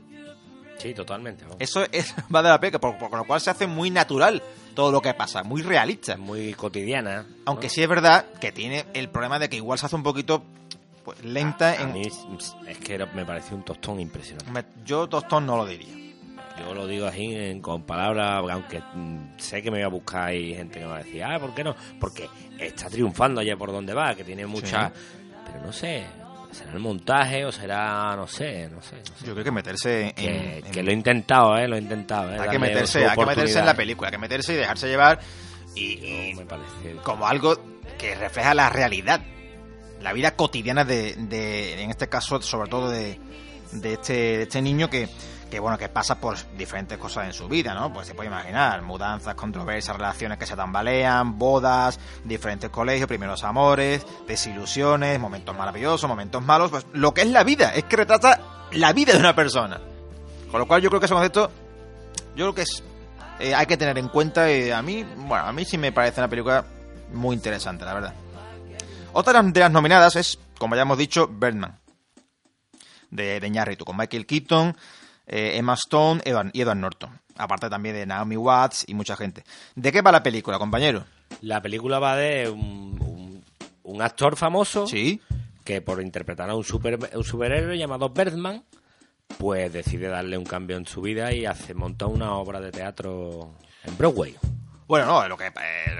[SPEAKER 2] Sí, totalmente. vamos.
[SPEAKER 1] Eso es, va de la pena, por, por lo cual se hace muy natural todo lo que pasa, muy realista.
[SPEAKER 2] Es muy cotidiana. ¿no?
[SPEAKER 1] Aunque sí es verdad que tiene el problema de que igual se hace un poquito pues, lenta
[SPEAKER 2] A
[SPEAKER 1] en...
[SPEAKER 2] mí es es que era- me pareció un tostón impresionante.
[SPEAKER 1] Hombre, Yo Tostón no lo diría.
[SPEAKER 2] Yo lo digo así en- con palabras, aunque mm, sé que me voy a buscar y gente que me va a decir, ah, ¿por qué no? Porque está triunfando allá por donde va, que tiene mucha... Pero no sé, será el montaje o será, no sé, no sé. no sé.
[SPEAKER 1] Yo creo que meterse en...
[SPEAKER 2] Que,
[SPEAKER 1] en-
[SPEAKER 2] que lo he intentado, ¿eh? Lo he intentado. ¿eh?
[SPEAKER 1] hay que
[SPEAKER 2] darle su
[SPEAKER 1] meterse, hay que meterse en la
[SPEAKER 2] oportunidad.
[SPEAKER 1] película, hay que meterse y dejarse llevar y- y
[SPEAKER 2] No, me parece...
[SPEAKER 1] como algo que refleja la realidad, la vida cotidiana de, de- en este caso, sobre todo de, de este, de este niño que, que, bueno, que pasa por diferentes cosas en su vida, ¿no? Pues se puede imaginar, mudanzas, controversias, relaciones que se tambalean, bodas, diferentes colegios, primeros amores, desilusiones, momentos maravillosos, momentos malos, pues lo que es la vida, es que retrata la vida de una persona. Con lo cual yo creo que ese concepto, yo creo que es, eh, hay que tener en cuenta, eh, a mí, bueno, a mí sí me parece una película muy interesante, la verdad. Otra de las nominadas es, como ya hemos dicho, Birdman, de, de Iñárritu, con Michael Keaton, eh, Emma Stone Evan, y Edward Norton. Aparte también de Naomi Watts y mucha gente. ¿De qué va la película, compañero?
[SPEAKER 2] La película va de un, un- un actor famoso
[SPEAKER 1] Sí.
[SPEAKER 2] que por interpretar a un, super, un superhéroe llamado Birdman, pues decide darle un cambio en su vida y hace monta una obra de teatro en Broadway.
[SPEAKER 1] Bueno, no, lo que... eh,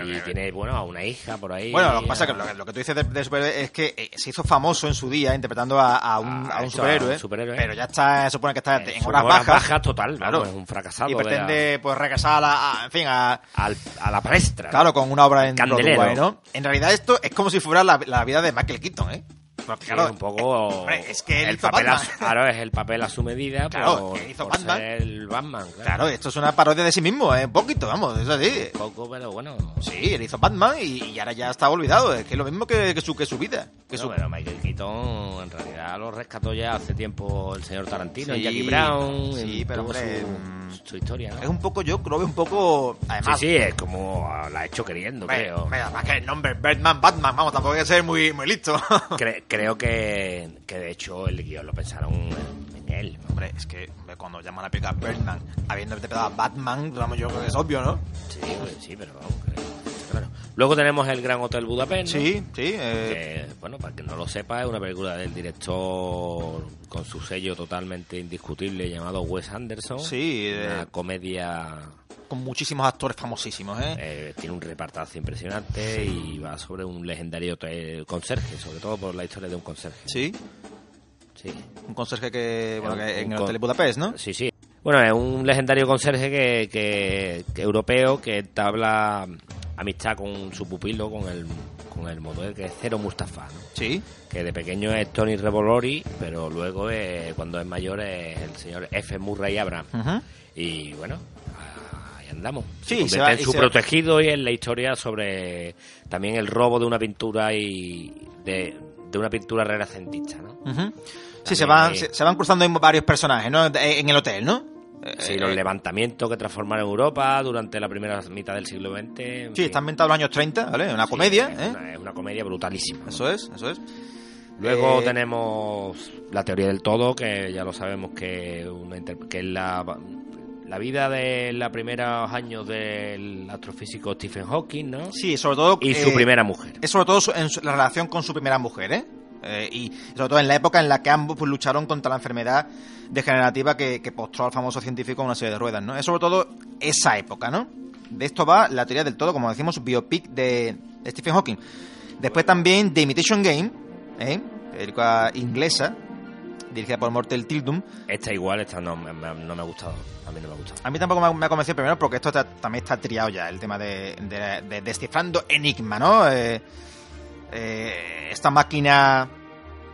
[SPEAKER 1] lo
[SPEAKER 2] Y
[SPEAKER 1] que-
[SPEAKER 2] tiene, bueno, a una hija por ahí.
[SPEAKER 1] bueno, lo que pasa es que lo, que- lo que tú dices de, de superhéroe es que eh, se hizo famoso en su día interpretando a, a un,
[SPEAKER 2] A
[SPEAKER 1] a un
[SPEAKER 2] Ah, eso, a un
[SPEAKER 1] superhéroe,
[SPEAKER 2] superhéroe. Eh,
[SPEAKER 1] pero ya está, se supone que está en
[SPEAKER 2] Son
[SPEAKER 1] horas bajas,
[SPEAKER 2] total,
[SPEAKER 1] Claro.
[SPEAKER 2] claro. es un fracasado.
[SPEAKER 1] y
[SPEAKER 2] de la-
[SPEAKER 1] pretende pues regresar a, la- a- en fin, a,
[SPEAKER 2] al- a la palestra.
[SPEAKER 1] Claro, con una obra en
[SPEAKER 2] Candelero.
[SPEAKER 1] Broadway, ¿no? En realidad esto es como si fuera la, la vida de Michael Keaton, ¿eh? Porque,
[SPEAKER 2] Sí, un poco
[SPEAKER 1] eh, hombre, es que él
[SPEAKER 2] el
[SPEAKER 1] hizo
[SPEAKER 2] papel a,
[SPEAKER 1] Batman.
[SPEAKER 2] su- claro es el papel a su medida
[SPEAKER 1] Claro,
[SPEAKER 2] por,
[SPEAKER 1] que hizo
[SPEAKER 2] por
[SPEAKER 1] Batman.
[SPEAKER 2] ser el Batman claro,
[SPEAKER 1] Claro, esto es una parodia de sí mismo, ¿eh? Un poquito, vamos, es así.
[SPEAKER 2] un poco pero bueno
[SPEAKER 1] Sí, él hizo Batman y, y ahora ya está olvidado. Es que es lo mismo que, que su, que su vida. Que
[SPEAKER 2] No,
[SPEAKER 1] su...
[SPEAKER 2] pero Michael Keaton en realidad lo rescató ya hace tiempo el señor Tarantino
[SPEAKER 1] Sí,
[SPEAKER 2] y Jackie Brown
[SPEAKER 1] sí,
[SPEAKER 2] y
[SPEAKER 1] pero
[SPEAKER 2] tuvo
[SPEAKER 1] hombre, mm,
[SPEAKER 2] su, su historia ¿no?
[SPEAKER 1] Es un poco, yo creo que un poco...
[SPEAKER 2] sí
[SPEAKER 1] Además,
[SPEAKER 2] sí es como la ha hecho queriendo
[SPEAKER 1] hombre,
[SPEAKER 2] creo
[SPEAKER 1] hombre, además que el nombre es Batman, Batman, vamos, tampoco hay que ser muy, muy listo.
[SPEAKER 2] Cre- creo que, que de hecho el guión lo pensaron en- en él ¿no?
[SPEAKER 1] hombre, es que hombre, cuando llaman a la película Batman, habiendo interpretado a Batman, vamos, yo creo que es obvio, ¿no?
[SPEAKER 2] sí pues, sí pero vamos creo, claro luego tenemos el Gran Hotel Budapest ¿no?
[SPEAKER 1] Sí, sí. eh,
[SPEAKER 2] que, bueno, para que no lo sepa, es una película del director con su sello totalmente indiscutible llamado Wes Anderson.
[SPEAKER 1] Sí, de-
[SPEAKER 2] Una comedia.
[SPEAKER 1] con muchísimos actores famosísimos, ¿eh?
[SPEAKER 2] eh, tiene un repartazo impresionante y va sobre un legendario hotel- conserje, sobre todo por la historia de un conserje.
[SPEAKER 1] Sí,
[SPEAKER 2] Sí.
[SPEAKER 1] un conserje que, bueno, que
[SPEAKER 2] Un-
[SPEAKER 1] en
[SPEAKER 2] un
[SPEAKER 1] el
[SPEAKER 2] con-
[SPEAKER 1] Hotel Budapest, ¿no?
[SPEAKER 2] Sí, sí. Bueno, es un legendario conserje que, que- que europeo que entabla amistad con su pupilo, con el, con el motor que es Cero Mustafa, ¿no?
[SPEAKER 1] Sí,
[SPEAKER 2] que de pequeño es Tony Revolori, pero luego eh, cuando es mayor es el señor F. Murray Abraham.
[SPEAKER 1] Ujú.
[SPEAKER 2] Y bueno, ahí andamos.
[SPEAKER 1] Sí,
[SPEAKER 2] convierte
[SPEAKER 1] se va-
[SPEAKER 2] en
[SPEAKER 1] y
[SPEAKER 2] su
[SPEAKER 1] se va-
[SPEAKER 2] protegido y en la historia sobre también el robo de una pintura y de, de una pintura renacentista, ¿no?
[SPEAKER 1] ujú. Sí, se
[SPEAKER 2] También
[SPEAKER 1] van,
[SPEAKER 2] hay-
[SPEAKER 1] se, se van cruzando ahí varios personajes, ¿no? Eh, En el hotel, ¿no? Eh,
[SPEAKER 2] Sí,
[SPEAKER 1] eh,
[SPEAKER 2] los levantamientos que transformaron Europa durante la primera mitad del siglo XX. en
[SPEAKER 1] sí,
[SPEAKER 2] fin.
[SPEAKER 1] está ambientado en los años 30, ¿vale? Una
[SPEAKER 2] Sí,
[SPEAKER 1] comedia,
[SPEAKER 2] es
[SPEAKER 1] ¿eh?
[SPEAKER 2] una- es una comedia brutalísima. ¿no?
[SPEAKER 1] Eso es, eso es.
[SPEAKER 2] Luego
[SPEAKER 1] Eh,
[SPEAKER 2] tenemos la teoría del todo, que ya lo sabemos que, una inter- que es la, la vida de los primeros años del astrofísico Stephen Hawking, ¿no?
[SPEAKER 1] Sí, sobre todo...
[SPEAKER 2] Y su
[SPEAKER 1] eh,
[SPEAKER 2] primera mujer.
[SPEAKER 1] Es sobre todo su- en su- la relación con su primera mujer, ¿eh? Eh, y sobre todo en la época en la que ambos pues, lucharon contra la enfermedad degenerativa que, que postró al famoso científico en una serie de ruedas, ¿no? Es sobre todo esa época, ¿no? De esto va la teoría del todo, como decimos, biopic de Stephen Hawking. Después también The Imitation Game, ¿eh? película inglesa, dirigida por Mortel Tildum.
[SPEAKER 2] Esta igual, esta no, me- me- no me ha gustado. A mí no me ha gustado.
[SPEAKER 1] A mí tampoco me ha, me ha convencido primero porque esto está- también está triado ya, el tema de, de- de descifrando enigma, ¿no? Eh, eh, esta máquina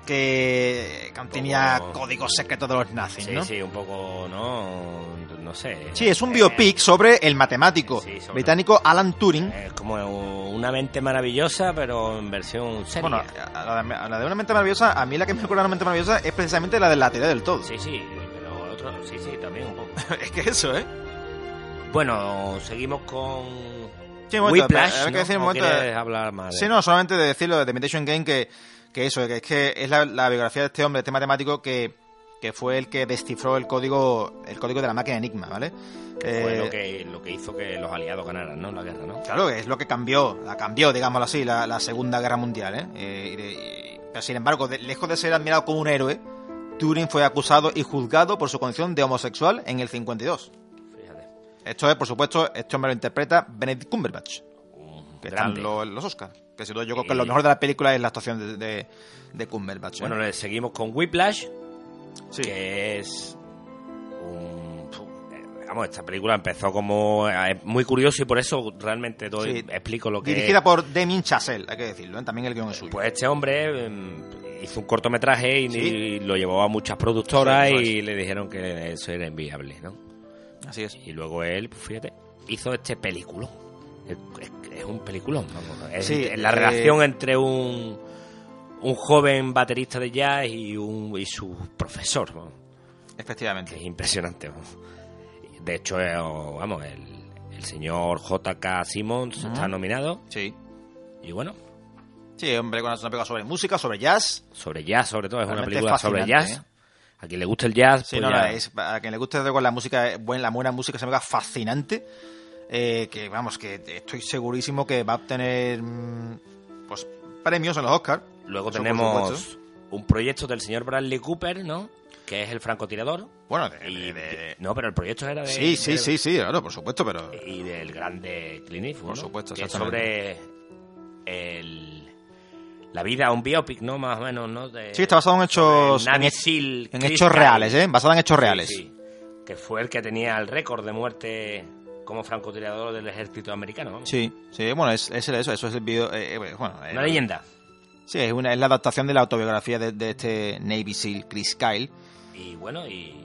[SPEAKER 1] que contenía
[SPEAKER 2] Como-
[SPEAKER 1] códigos secretos de los nazis,
[SPEAKER 2] Sí,
[SPEAKER 1] ¿no?
[SPEAKER 2] sí, un poco, ¿no? No sé.
[SPEAKER 1] Sí, es un
[SPEAKER 2] Eh,
[SPEAKER 1] biopic sobre el matemático
[SPEAKER 2] sí, sobre- Eh,
[SPEAKER 1] británico Alan Turing.
[SPEAKER 2] Es como una mente maravillosa, pero en versión seria.
[SPEAKER 1] Bueno, a la, de- a la de una mente maravillosa, a mí la que me recuerda a una mente maravillosa es precisamente la de la teoría del todo.
[SPEAKER 2] Sí, sí, pero otro, sí, sí, también un poco.
[SPEAKER 1] es que eso, ¿eh?
[SPEAKER 2] Bueno, seguimos con
[SPEAKER 1] Sí, un momento,
[SPEAKER 2] Whiplash,
[SPEAKER 1] pero hay que
[SPEAKER 2] ¿no?
[SPEAKER 1] decir un
[SPEAKER 2] ¿O
[SPEAKER 1] momento-
[SPEAKER 2] quieres hablar más de-
[SPEAKER 1] Sí, no, solamente de decirlo de The Imitation Game que, que eso, que es que es la, la biografía de este hombre, este matemático que, que fue el que descifró el código el código de la máquina Enigma, ¿vale?
[SPEAKER 2] Fue
[SPEAKER 1] Eh,
[SPEAKER 2] pues lo que, lo que hizo que los aliados ganaran, ¿no? La guerra, ¿no?
[SPEAKER 1] Claro, es lo que cambió, la cambió, digámoslo así, la, la Segunda Guerra Mundial, ¿eh? Eh, y de- y- pero sin embargo, de- lejos de ser admirado como un héroe, Turing fue acusado y juzgado por su condición de homosexual en el 52.
[SPEAKER 2] Fíjate.
[SPEAKER 1] Esto es, por supuesto, este hombre lo interpreta Benedict Cumberbatch,
[SPEAKER 2] Un
[SPEAKER 1] que
[SPEAKER 2] grande.
[SPEAKER 1] están los, los Oscars. Que sin duda yo creo que
[SPEAKER 2] Y-
[SPEAKER 1] lo mejor de la película es la actuación de, de, de Cumberbatch. ¿eh?
[SPEAKER 2] Bueno, le seguimos con Whiplash,
[SPEAKER 1] Sí.
[SPEAKER 2] que es un... eh, Vamos, esta película empezó como eh, muy curioso y por eso realmente
[SPEAKER 1] Sí.
[SPEAKER 2] doy, explico lo que...
[SPEAKER 1] Dirigida por Demin Chazelle, hay que decirlo, ¿eh? también el guión es suyo.
[SPEAKER 2] Pues este hombre mm, hizo un cortometraje y,
[SPEAKER 1] Sí.
[SPEAKER 2] y lo llevó a muchas productoras
[SPEAKER 1] Sí, eso
[SPEAKER 2] y le dijeron que eso era inviable, ¿no?
[SPEAKER 1] Así es.
[SPEAKER 2] Y luego él, pues fíjate, hizo este película. Es, es- es un peliculón, vamos. Es-
[SPEAKER 1] Sí,
[SPEAKER 2] es la
[SPEAKER 1] eh,
[SPEAKER 2] relación entre un, un joven baterista de jazz y, un, y su profesor, vamos, que
[SPEAKER 1] Efectivamente.
[SPEAKER 2] es impresionante. vamos. De hecho, eh, oh, vamos, el, el señor J.K. Simmons está nominado
[SPEAKER 1] Sí.
[SPEAKER 2] y bueno,
[SPEAKER 1] Sí, hombre, con una película sobre música, sobre jazz.
[SPEAKER 2] sobre jazz sobre todo, es una
[SPEAKER 1] Realmente
[SPEAKER 2] película sobre
[SPEAKER 1] fascinante, ¿eh?
[SPEAKER 2] jazz. A quien le gusta el jazz,
[SPEAKER 1] Sí,
[SPEAKER 2] pues
[SPEAKER 1] no, no,
[SPEAKER 2] ya-
[SPEAKER 1] es, a quien le guste desde luego, la música, eh, buen- la buena música se me fascinante. eh, que vamos, que estoy segurísimo que va a obtener mm, pues premios en los Oscars.
[SPEAKER 2] Luego tenemos un proyecto del señor Bradley Cooper, ¿no? Que es el francotirador.
[SPEAKER 1] Bueno, de-
[SPEAKER 2] Y
[SPEAKER 1] Eh, de- de-
[SPEAKER 2] no, pero el proyecto era de.
[SPEAKER 1] Sí, sí,
[SPEAKER 2] de- Eh,
[SPEAKER 1] sí, sí, claro, por supuesto, pero.
[SPEAKER 2] Y del grande Clint Eastwood,
[SPEAKER 1] Por
[SPEAKER 2] ¿no?
[SPEAKER 1] supuesto,
[SPEAKER 2] que es sobre
[SPEAKER 1] exactamente.
[SPEAKER 2] el, la vida, un biopic, ¿no? Más o menos, ¿no? De,
[SPEAKER 1] Sí, está basado en hechos.
[SPEAKER 2] Navy
[SPEAKER 1] En,
[SPEAKER 2] Seal
[SPEAKER 1] en
[SPEAKER 2] Chris
[SPEAKER 1] hechos
[SPEAKER 2] Kyle.
[SPEAKER 1] reales, ¿eh? Basado en hechos
[SPEAKER 2] Sí,
[SPEAKER 1] reales.
[SPEAKER 2] sí. que fue el que tenía el récord de muerte como francotirador del ejército americano. vamos.
[SPEAKER 1] Sí, sí, bueno, es, es eso, eso es el video. eh, eh, bueno, eh,
[SPEAKER 2] Una leyenda.
[SPEAKER 1] Sí, es, una, es la adaptación de la autobiografía de, de este Navy SEAL, Chris Kyle.
[SPEAKER 2] Y bueno, y.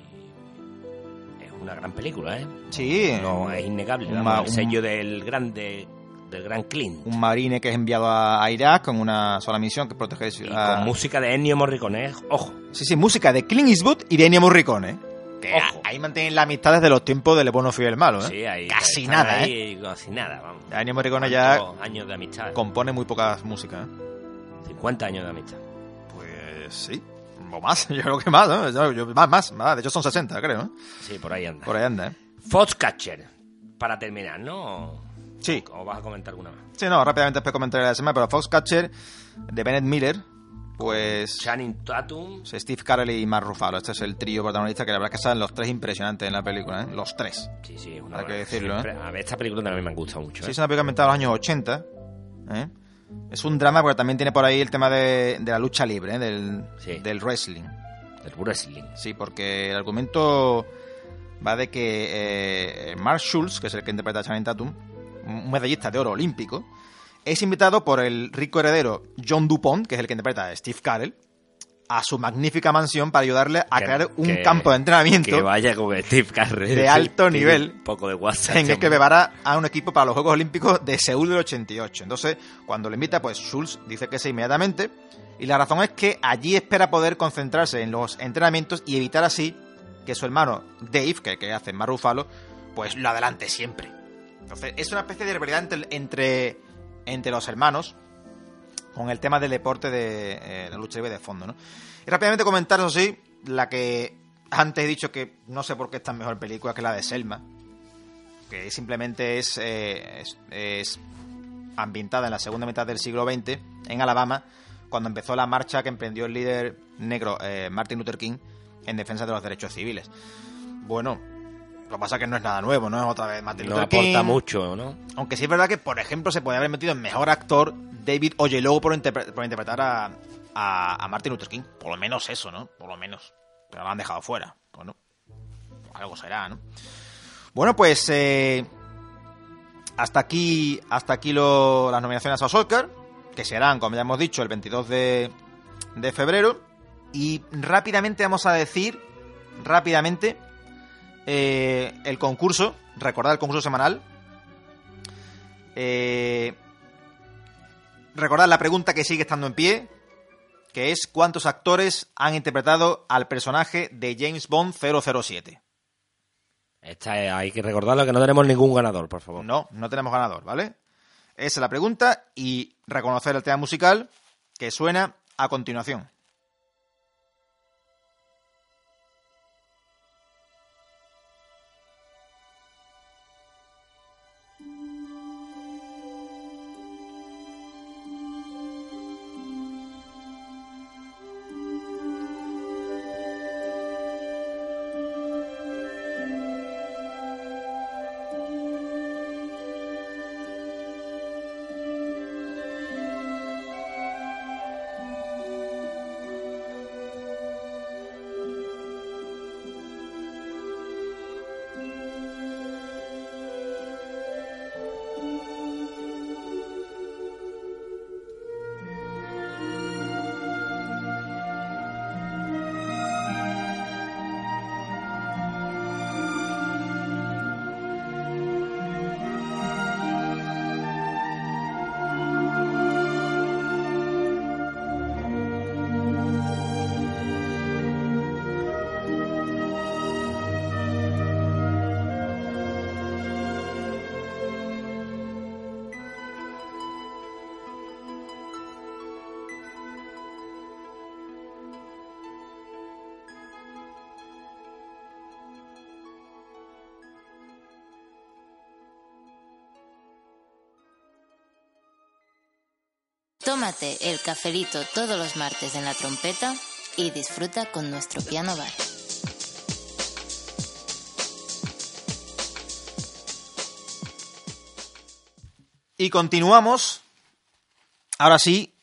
[SPEAKER 2] Es una gran película, ¿eh?
[SPEAKER 1] Sí, eh,
[SPEAKER 2] No, eh. es innegable.
[SPEAKER 1] Un
[SPEAKER 2] vamos,
[SPEAKER 1] ma-
[SPEAKER 2] el
[SPEAKER 1] un-
[SPEAKER 2] sello del grande del gran Clint.
[SPEAKER 1] un marine que es enviado a, a Irak con una sola misión que protege
[SPEAKER 2] y
[SPEAKER 1] a-
[SPEAKER 2] con música de Ennio Morricone, eh, ojo.
[SPEAKER 1] sí sí música de Clint Eastwood y de Ennio Morricone ¿eh? que
[SPEAKER 2] Ojo.
[SPEAKER 1] a- ahí mantienen la amistad desde los tiempos de Le Bono Fío el malo ¿eh?
[SPEAKER 2] Sí, ahí-
[SPEAKER 1] casi
[SPEAKER 2] están
[SPEAKER 1] nada
[SPEAKER 2] ahí,
[SPEAKER 1] eh
[SPEAKER 2] Casi nada, vamos.
[SPEAKER 1] Ennio Morricone ya
[SPEAKER 2] ¿Cuántos años de amistad.
[SPEAKER 1] compone muy pocas músicas ¿eh?
[SPEAKER 2] 50 años de amistad.
[SPEAKER 1] pues sí o más yo creo que más ¿no? Yo- yo- más más más de hecho son 60 creo ¿eh?
[SPEAKER 2] Sí, por ahí anda.
[SPEAKER 1] por ahí anda ¿eh?
[SPEAKER 2] Foxcatcher, para terminar, ¿no?
[SPEAKER 1] sí
[SPEAKER 2] ¿O vas a comentar alguna más?
[SPEAKER 1] sí no rápidamente después comentaré la semana pero Foxcatcher de Bennett Miller pues
[SPEAKER 2] Channing Tatum,
[SPEAKER 1] Steve Carell y Mark Ruffalo este es el trío protagonista que la verdad es que salen los tres impresionantes en la película ¿eh? los tres
[SPEAKER 2] sí, sí, es una
[SPEAKER 1] Hay que
[SPEAKER 2] buena-
[SPEAKER 1] decirlo, ¿eh?
[SPEAKER 2] siempre- A ver, esta película también me gusta mucho.
[SPEAKER 1] Sí,
[SPEAKER 2] ¿eh?
[SPEAKER 1] es una película ambientada en los años 80. ¿eh? Es un drama porque también tiene por ahí el tema de, de la lucha libre, ¿eh? del,
[SPEAKER 2] Sí.
[SPEAKER 1] del wrestling.
[SPEAKER 2] Del wrestling.
[SPEAKER 1] Sí, porque el argumento va de que eh, Mark Schulz, que es el que interpreta a Channing Tatum, un medallista de oro olímpico, es invitado por el rico heredero John Dupont, que es el que interpreta a Steve Carell, a su magnífica mansión para ayudarle a
[SPEAKER 2] Que-
[SPEAKER 1] crear un
[SPEAKER 2] que-
[SPEAKER 1] campo de entrenamiento
[SPEAKER 2] Que vaya con Steve Carrell.
[SPEAKER 1] De alto
[SPEAKER 2] Tiene
[SPEAKER 1] nivel.
[SPEAKER 2] Un poco de WhatsApp.
[SPEAKER 1] en el
[SPEAKER 2] este
[SPEAKER 1] que
[SPEAKER 2] hombre.
[SPEAKER 1] bebará a un equipo para los Juegos Olímpicos de Seúl del 88. Entonces, cuando le invita, pues Schulz dice que sí inmediatamente. Y la razón es que allí espera poder concentrarse en los entrenamientos y evitar así que su hermano Dave, que, que hace Marufalo, pues lo adelante siempre. Entonces, es una especie de rivalidad entre, entre, entre los hermanos con el tema del deporte de eh, la lucha libre de fondo, ¿no? Y rápidamente comentar, eso sí, la que antes he dicho que no sé por qué es tan mejor película que la de Selma, que simplemente es, eh, es, es ambientada en la segunda mitad del siglo XX en Alabama, cuando empezó la marcha que emprendió el líder negro eh, Martin Luther King en defensa de los derechos civiles. Bueno, lo que pasa es que no es nada nuevo, ¿no? Es otra vez Martin
[SPEAKER 2] No
[SPEAKER 1] Luther King.
[SPEAKER 2] aporta mucho, ¿no?
[SPEAKER 1] Aunque sí es verdad que, por ejemplo, se podría haber metido en mejor actor David Oyelowo por, interpre- por interpretar a, a, a Martin Luther King. Por lo menos eso, ¿no? Por lo menos. Pero lo han dejado fuera. Bueno, algo será, ¿no? Bueno, pues eh, hasta aquí, hasta aquí lo- las nominaciones a los Oscar, que serán, como ya hemos dicho, el 22 de, de febrero. Y rápidamente vamos a decir, rápidamente, eh, el concurso, recordad el concurso semanal, eh, recordad la pregunta que sigue estando en pie, que es ¿cuántos actores han interpretado al personaje de James Bond 007?
[SPEAKER 2] Esta es- hay que recordarlo que no tenemos ningún ganador, por favor.
[SPEAKER 1] No, no tenemos ganador, ¿vale? Esa es la pregunta y reconocer el tema musical que suena a continuación.
[SPEAKER 4] Tómate el cafelito todos los martes en la trompeta y disfruta con nuestro piano bar.
[SPEAKER 1] Y continuamos, ahora sí,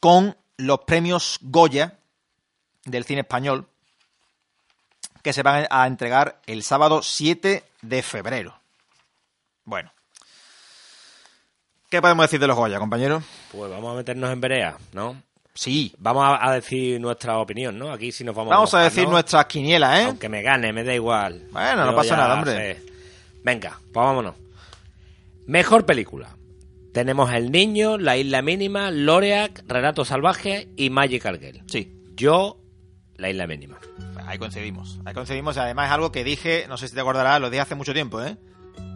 [SPEAKER 1] con los premios Goya del cine español que se van a entregar el sábado 7 de febrero. Bueno, ¿qué podemos decir de los Goya, compañero?
[SPEAKER 2] Pues vamos a meternos en Berea, ¿no?
[SPEAKER 1] Sí,
[SPEAKER 2] Vamos a, a decir nuestra opinión, ¿no? Aquí sí nos vamos
[SPEAKER 1] vamos a
[SPEAKER 2] mojar,
[SPEAKER 1] decir
[SPEAKER 2] ¿no?
[SPEAKER 1] nuestras quinielas, ¿eh?
[SPEAKER 2] Aunque me gane, me da igual.
[SPEAKER 1] Bueno, no
[SPEAKER 2] Yo
[SPEAKER 1] pasa
[SPEAKER 2] ya
[SPEAKER 1] nada, hombre.
[SPEAKER 2] sé. Venga, pues vámonos. Mejor película. Tenemos El Niño, La Isla Mínima, Loreac, Renato Salvaje y Magic Argel.
[SPEAKER 1] Sí.
[SPEAKER 2] Yo, La Isla Mínima.
[SPEAKER 1] Ahí coincidimos. Ahí coincidimos. y Además, es algo que dije, no sé si te acordarás, lo dije hace mucho tiempo, ¿eh?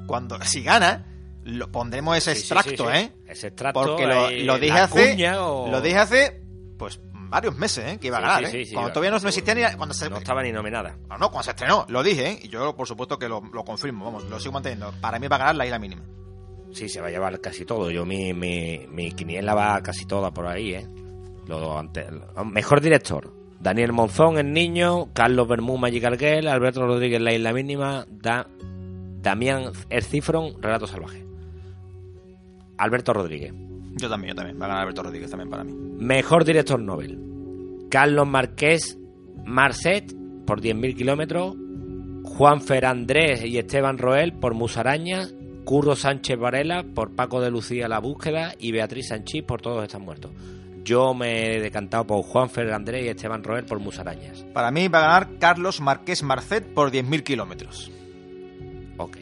[SPEAKER 1] Cuando, si gana, lo, pondremos ese
[SPEAKER 2] Sí, sí,
[SPEAKER 1] extracto,
[SPEAKER 2] sí, sí.
[SPEAKER 1] ¿eh?
[SPEAKER 2] Ese extracto.
[SPEAKER 1] Porque lo,
[SPEAKER 2] ahí,
[SPEAKER 1] lo dije
[SPEAKER 2] la
[SPEAKER 1] hace.
[SPEAKER 2] cuña o-
[SPEAKER 1] Lo dije hace, pues, varios meses, ¿eh? Que iba a
[SPEAKER 2] Sí,
[SPEAKER 1] ganar,
[SPEAKER 2] sí,
[SPEAKER 1] ¿eh?
[SPEAKER 2] sí, sí,
[SPEAKER 1] Cuando
[SPEAKER 2] iba-
[SPEAKER 1] todavía no, no existía ni.
[SPEAKER 2] seguro.
[SPEAKER 1] Cuando se,
[SPEAKER 2] No estaba ni nominada.
[SPEAKER 1] no, no, cuando se estrenó, lo dije, ¿eh? Y yo, por supuesto, que lo, lo confirmo, vamos, lo sigo manteniendo. Para mí va a ganar la isla mínima.
[SPEAKER 2] Sí, se va a llevar casi todo. Yo mi, mi, mi quiniela va casi toda por ahí, ¿eh? Lo ante- lo- mejor director. Daniel Monzón, El Niño, Carlos Bermú, Magic Argel, Alberto Rodríguez, La Isla Mínima, Da- Damián Ercifron, Relato Salvaje. Alberto Rodríguez.
[SPEAKER 1] Yo también, yo también. Va a ganar Alberto Rodríguez también para mí.
[SPEAKER 2] Mejor director Nobel. Carlos Marqués Marcet por 10.000 kilómetros. Juan Fer Andrés y Esteban Roel por Musaraña. Curro Sánchez Varela por Paco de Lucía La Búsqueda. Y Beatriz Sanchís por Todos Están Muertos. Yo me he decantado por Juan Fer Andrés y Esteban Roel por Musarañas.
[SPEAKER 1] Para mí va a ganar Carlos Marqués Marcet por 10.000 kilómetros.
[SPEAKER 2] Ok.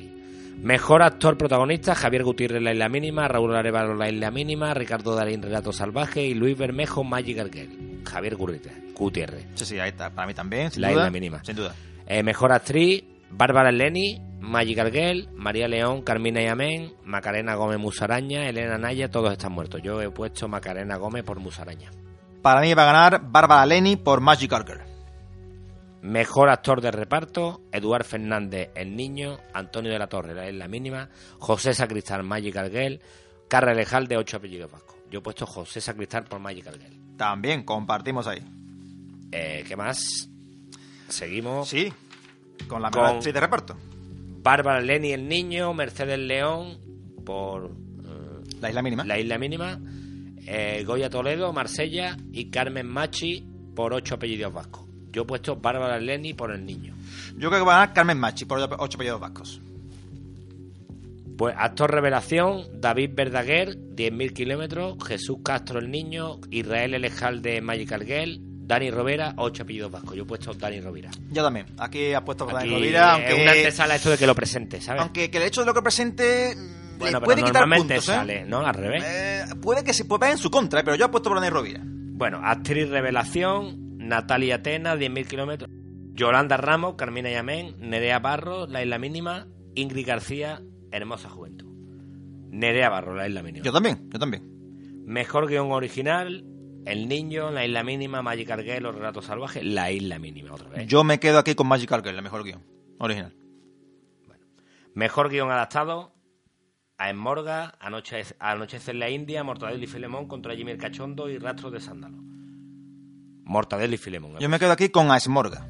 [SPEAKER 2] Mejor actor protagonista, Javier Gutiérrez La Isla Mínima, Raúl Arevalo La Isla Mínima, Ricardo Darín Relato Salvaje y Luis Bermejo Magic Argel. Javier Gurrite- Gutiérrez.
[SPEAKER 1] Sí, sí, ahí está. Para mí también, sin
[SPEAKER 2] La
[SPEAKER 1] duda.
[SPEAKER 2] isla mínima.
[SPEAKER 1] Sin duda.
[SPEAKER 2] Eh, mejor actriz, Bárbara Leni, Magic Argel, María León, Carmina y Amén, Macarena Gómez Musaraña, Elena Naya, todos están muertos. Yo he puesto Macarena Gómez por Musaraña.
[SPEAKER 1] Para mí va a ganar Bárbara Leni por Magic Girl.
[SPEAKER 2] Mejor actor de reparto, Eduard Fernández, El Niño, Antonio de la Torre, La Isla Mínima, José Sacristán, Magic Argel, Carra Lejal de Ocho Apellidos Vascos. Yo he puesto José Sacristán por Magic Argel.
[SPEAKER 1] También compartimos ahí.
[SPEAKER 2] Eh, ¿Qué más? Seguimos.
[SPEAKER 1] Sí, con la
[SPEAKER 2] Con-
[SPEAKER 1] mejor actriz de reparto.
[SPEAKER 2] Bárbara Leni, El Niño, Mercedes León por... eh,
[SPEAKER 1] La isla mínima.
[SPEAKER 2] La Isla Mínima, eh, Goya Toledo, Marsella y Carmen Machi por ocho apellidos vascos. Yo he puesto Bárbara Leni por el niño.
[SPEAKER 1] Yo creo que va a ganar Carmen Machi por ocho apellidos vascos.
[SPEAKER 2] Pues actor revelación, David Verdaguer, 10.000 kilómetros, Jesús Castro el niño, Israel Elejal de Magic Argel, Dani Rovera, ocho apellidos vascos. Yo he puesto Dani Rovera.
[SPEAKER 1] Yo también. Aquí ha puesto Dani
[SPEAKER 2] Aquí
[SPEAKER 1] Rovira,
[SPEAKER 2] Es una
[SPEAKER 1] aunque,
[SPEAKER 2] antesala esto de que lo presente, ¿sabes?
[SPEAKER 1] aunque que el hecho de lo que presente mm,
[SPEAKER 2] bueno,
[SPEAKER 1] le
[SPEAKER 2] pero
[SPEAKER 1] puede quitar
[SPEAKER 2] normalmente
[SPEAKER 1] puntos. ¿eh?
[SPEAKER 2] sale, ¿no? Al revés.
[SPEAKER 1] Eh, puede que se pueda en su contra, eh, pero yo he puesto por Dani Rovira.
[SPEAKER 2] Bueno, actriz revelación, Natalia Atena, 10.000 kilómetros. Yolanda Ramos, Carmina Yamén, Nerea Barro, La Isla Mínima, Ingrid García, Hermosa Juventud. Nerea Barro, La Isla Mínima.
[SPEAKER 1] Yo también, yo también.
[SPEAKER 2] Mejor guión original, El Niño, La Isla Mínima, Magic Arqué, Los Relatos Salvajes, La Isla Mínima, otra vez.
[SPEAKER 1] Yo me quedo aquí con Magical Girl, la mejor guión. Original.
[SPEAKER 2] Mejor guión adaptado, A Morga, Anoche, Anochece en la India, Mortadelo y Filemón contra Jimmy el Cachondo y Rastros de Sándalo. Mortadelo y Filemón.
[SPEAKER 1] Yo me quedo aquí con Asmorga.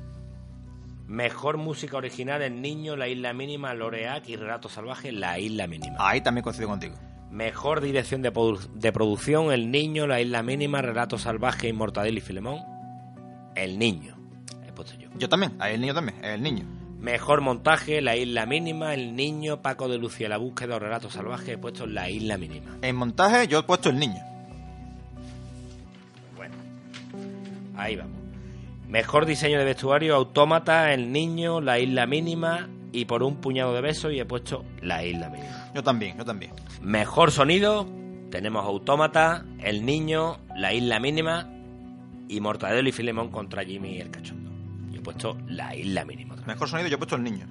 [SPEAKER 2] Mejor música original, El Niño, La Isla Mínima, Loreac y Relatos Salvajes, La Isla Mínima.
[SPEAKER 1] Ahí también coincido contigo.
[SPEAKER 2] Mejor dirección de, produ- de producción, El Niño, La Isla Mínima, Relato Salvaje, Inmortadil y Filemón. El Niño. He puesto yo.
[SPEAKER 1] Yo también, ahí el niño también, el niño.
[SPEAKER 2] Mejor montaje, La Isla Mínima, El Niño, Paco de Lucía, La Búsqueda o Relato Salvaje. He puesto La Isla Mínima.
[SPEAKER 1] En montaje yo he puesto el niño.
[SPEAKER 2] Bueno, ahí vamos. Mejor diseño de vestuario, Autómata, El Niño, La Isla Mínima y por un puñado de besos y he puesto La Isla Mínima.
[SPEAKER 1] Yo también, yo también.
[SPEAKER 2] Mejor sonido, tenemos Autómata, El Niño, La Isla Mínima y Mortadelo y Filemón contra Jimmy y el Cachondo. Yo he puesto La Isla Mínima. otra vez.
[SPEAKER 1] Mejor sonido yo he puesto el niño.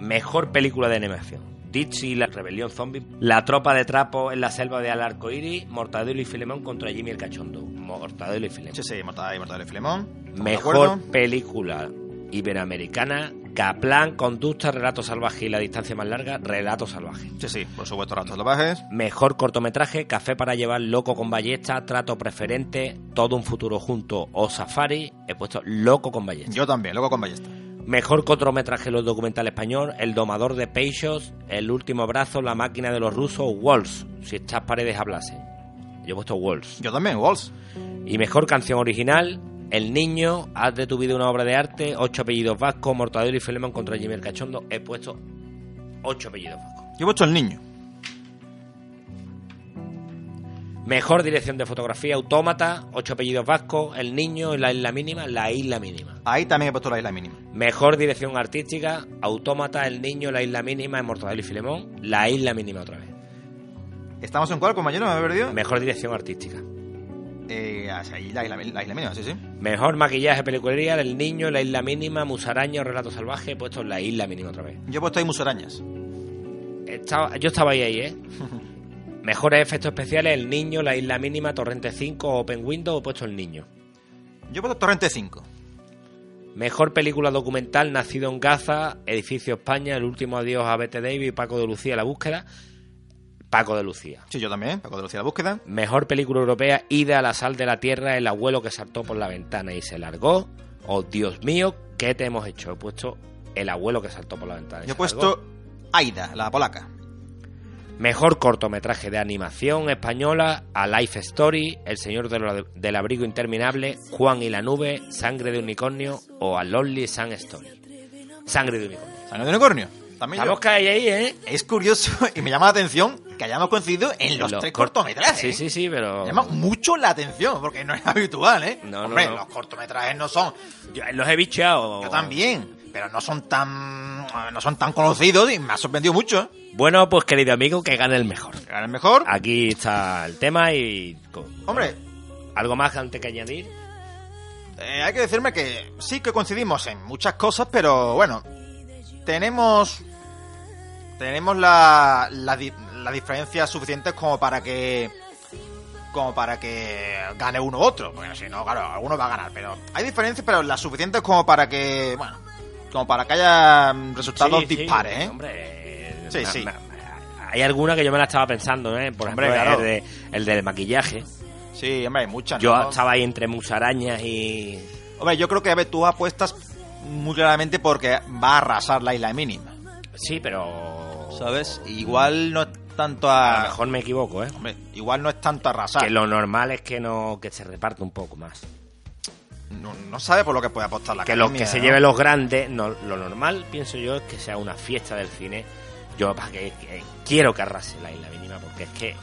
[SPEAKER 2] Mejor película de animación. Dixie y la rebelión zombie, La tropa de trapo en la selva de Alarco Iris, Mortadelo y Filemón contra Jimmy y el Cachondo. Mortadelo y Filemón.
[SPEAKER 1] Sí, sí, Mortadelo y Mortadelo y Filemón. ¿De
[SPEAKER 2] Mejor
[SPEAKER 1] acuerdo?
[SPEAKER 2] película iberoamericana, Caplan, Conducta, Relato Salvaje y la distancia más larga, Relato Salvaje.
[SPEAKER 1] Sí, sí, por supuesto, Ratos Salvajes.
[SPEAKER 2] Mejor cortometraje, Café para llevar, Loco con ballesta, Trato preferente, Todo un futuro junto o Safari. He puesto Loco con ballesta.
[SPEAKER 1] Yo también, luego con Ballesta.
[SPEAKER 2] Mejor cortometraje, los documental español, El domador de peixos, El último brazo, La máquina de los rusos, Walls. Si estas paredes hablasen. Yo he puesto Walls.
[SPEAKER 1] Yo también, Walls.
[SPEAKER 2] Y mejor canción original, El niño, Haz de tu vida una obra de arte, Ocho apellidos vascos, Mortadelo y Filemón contra Jimmy el Cachondo. He puesto Ocho apellidos vascos.
[SPEAKER 1] Yo he puesto el niño.
[SPEAKER 2] Mejor dirección de fotografía, Autómata, Ocho apellidos vascos, El Niño, La Isla Mínima, La Isla Mínima.
[SPEAKER 1] Ahí también he puesto la isla mínima.
[SPEAKER 2] Mejor dirección artística, Autómata, El Niño, La Isla Mínima, Mortadelo y Filemón, La Isla Mínima otra vez.
[SPEAKER 1] ¿Estamos en cuál, compañero? ¿Me he perdido?
[SPEAKER 2] Mejor dirección artística.
[SPEAKER 1] Eh, hacia ahí, la isla, la isla mínima, sí, sí.
[SPEAKER 2] Mejor maquillaje peliculería, El Niño, La Isla Mínima, Musaraña, Relato Salvaje, he puesto La Isla Mínima otra vez.
[SPEAKER 1] Yo he puesto ahí musarañas.
[SPEAKER 2] Estaba- yo estaba ahí, ahí, ¿eh? Mejores efectos especiales, El Niño, La Isla Mínima, Torrente 5, Open Window, he puesto El Niño.
[SPEAKER 1] Yo he puesto Torrente 5.
[SPEAKER 2] Mejor película documental, Nacido en Gaza, Edificio España, El último adiós a Bette Davis, Paco de Lucía, La búsqueda, Paco de Lucía.
[SPEAKER 1] Sí, yo también, Paco de Lucía la búsqueda.
[SPEAKER 2] Mejor película europea, Ida a la sal de la tierra, El abuelo que saltó por la ventana y se largó. Oh, Dios mío, ¿qué te hemos hecho? He puesto El abuelo que saltó por la ventana. y
[SPEAKER 1] Yo he
[SPEAKER 2] se largó.
[SPEAKER 1] puesto Aida, la polaca.
[SPEAKER 2] Mejor cortometraje de animación española, A Life Story, El Señor de lo- del Abrigo Interminable, Juan y la Nube, Sangre de Unicornio o A Lonely Sun Story. Sangre de Unicornio.
[SPEAKER 1] Sangre de unicornio. También yo.
[SPEAKER 2] Estamos que hay ahí, ¿eh?
[SPEAKER 1] Es curioso y me llama la atención que hayamos coincidido en los, tres
[SPEAKER 2] cort-
[SPEAKER 1] cortometrajes.
[SPEAKER 2] Sí, sí, sí, pero.
[SPEAKER 1] Me llama mucho la atención porque no es habitual, ¿eh?
[SPEAKER 2] No, no,
[SPEAKER 1] Hombre,
[SPEAKER 2] no.
[SPEAKER 1] los cortometrajes no son.
[SPEAKER 2] Yo los he bicheado.
[SPEAKER 1] Yo también, pero no son tan no son tan conocidos y me ha sorprendido mucho. ¿eh?
[SPEAKER 2] Bueno, pues querido amigo, que gane el mejor.
[SPEAKER 1] A lo mejor.
[SPEAKER 2] Aquí está el tema y. co-
[SPEAKER 1] Hombre,
[SPEAKER 2] ¿Algo más antes que añadir?
[SPEAKER 1] eh, hay que decirme que sí que coincidimos en muchas cosas, pero bueno, tenemos tenemos la la, di- la diferencia suficiente como para que como para que gane uno u otro, porque si no, claro, alguno va a ganar, pero hay diferencias, pero las suficientes como para que, bueno, como para que haya mm, resultados
[SPEAKER 2] Sí, sí,
[SPEAKER 1] dispares, ¿eh?
[SPEAKER 2] Hombre.
[SPEAKER 1] Sí,
[SPEAKER 2] ma-
[SPEAKER 1] sí.
[SPEAKER 2] ma- hay alguna que yo me la estaba pensando, ¿eh? Por
[SPEAKER 1] Hombre,
[SPEAKER 2] ejemplo,
[SPEAKER 1] claro.
[SPEAKER 2] el, de- el del maquillaje.
[SPEAKER 1] Sí, hombre, hay muchas.
[SPEAKER 2] Yo
[SPEAKER 1] ¿no?
[SPEAKER 2] estaba ahí entre musarañas y.
[SPEAKER 1] Hombre, yo creo que a ver, tú apuestas muy claramente porque va a arrasar la isla mínima.
[SPEAKER 2] Sí, pero.
[SPEAKER 1] ¿Sabes? Ah. Igual no es tanto
[SPEAKER 2] A
[SPEAKER 1] a.
[SPEAKER 2] lo mejor me equivoco, ¿eh?
[SPEAKER 1] Hombre, igual no es tanto arrasar.
[SPEAKER 2] Que lo normal es que no que se reparte un poco más.
[SPEAKER 1] No, no sabe por lo que puede apostar la
[SPEAKER 2] que los
[SPEAKER 1] academia,
[SPEAKER 2] que se
[SPEAKER 1] ¿no?
[SPEAKER 2] lleven los grandes, no, lo normal, pienso yo, es que sea una fiesta del cine. Yo para que, que quiero que arrase la isla mínima porque es que eh,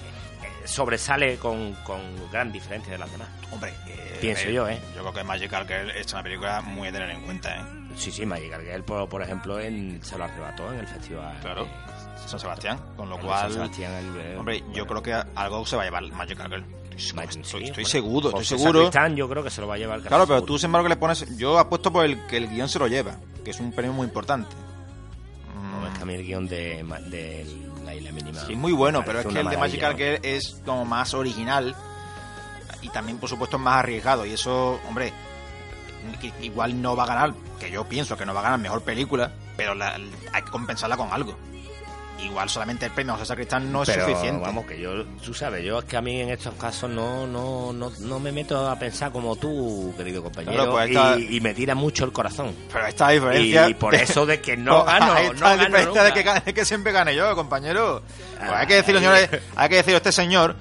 [SPEAKER 2] sobresale con, con gran diferencia de las demás.
[SPEAKER 1] Hombre, eh,
[SPEAKER 2] Pienso yo, ¿eh?
[SPEAKER 1] Yo creo que Magical Girl es una película muy a tener en cuenta, ¿eh?
[SPEAKER 2] Sí, sí, Magic Argel, por, por ejemplo, en, se lo arrebató en el festival.
[SPEAKER 1] Claro.
[SPEAKER 2] eh,
[SPEAKER 1] San Sebastián, con lo
[SPEAKER 2] en
[SPEAKER 1] cual.
[SPEAKER 2] San Sebastián, el- el-
[SPEAKER 1] Hombre, yo creo que algo se va a llevar Magical Girl. Estoy,
[SPEAKER 2] Magic-
[SPEAKER 1] estoy-
[SPEAKER 2] sí,
[SPEAKER 1] estoy
[SPEAKER 2] hombre.
[SPEAKER 1] seguro, estoy
[SPEAKER 2] José
[SPEAKER 1] seguro.
[SPEAKER 2] Sacristán yo creo que se lo va a llevar. casi
[SPEAKER 1] Claro, pero
[SPEAKER 2] seguro.
[SPEAKER 1] tú, sin embargo, le pones. Yo apuesto por el que el guión se lo lleva, que es un premio muy importante.
[SPEAKER 2] No, es que a mí el guión de, Ma- de la ahí la mínima.
[SPEAKER 1] Sí, Ah, muy bueno,
[SPEAKER 2] Me
[SPEAKER 1] pero es
[SPEAKER 2] parece
[SPEAKER 1] que el
[SPEAKER 2] una
[SPEAKER 1] de
[SPEAKER 2] maravilla,
[SPEAKER 1] Magical
[SPEAKER 2] ¿no?
[SPEAKER 1] que es como más original y también, por supuesto, más arriesgado. Y eso, hombre, i- igual no va a ganar, que yo pienso que no va a ganar mejor película, pero la- hay que compensarla con algo. Igual solamente el premio José Sacristán no es
[SPEAKER 2] Pero,
[SPEAKER 1] suficiente.
[SPEAKER 2] Vamos, que yo, tú sabes, yo es que a mí en estos casos no, no, no, no me meto a pensar como tú, querido compañero,
[SPEAKER 1] Claro, pues
[SPEAKER 2] y,
[SPEAKER 1] esta-
[SPEAKER 2] y me tira mucho el corazón.
[SPEAKER 1] Pero esta diferencia.
[SPEAKER 2] Y por eso de que no gano,
[SPEAKER 1] Ahí
[SPEAKER 2] no
[SPEAKER 1] está la
[SPEAKER 2] gano
[SPEAKER 1] diferencia
[SPEAKER 2] nunca.
[SPEAKER 1] de que, gane- que siempre gane yo, compañero. Pues hay que
[SPEAKER 2] Ay.
[SPEAKER 1] decirlo, señores, hay que decirlo a este señor.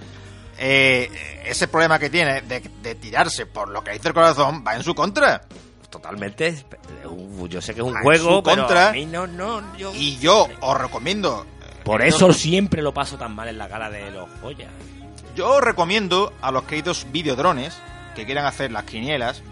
[SPEAKER 1] eh, ese problema que tiene de, de tirarse por lo que dice el corazón va en su contra.
[SPEAKER 2] Totalmente, es- eh, un- yo sé que es un
[SPEAKER 1] En
[SPEAKER 2] juego,
[SPEAKER 1] su
[SPEAKER 2] pero
[SPEAKER 1] contra.
[SPEAKER 2] a mí no, no, yo-
[SPEAKER 1] Y yo os recomiendo. eh,
[SPEAKER 2] Por
[SPEAKER 1] yo-
[SPEAKER 2] eso siempre lo paso tan mal en la gala de los Goya.
[SPEAKER 1] Yo os recomiendo a los queridos videodrones que quieran hacer las quinielas.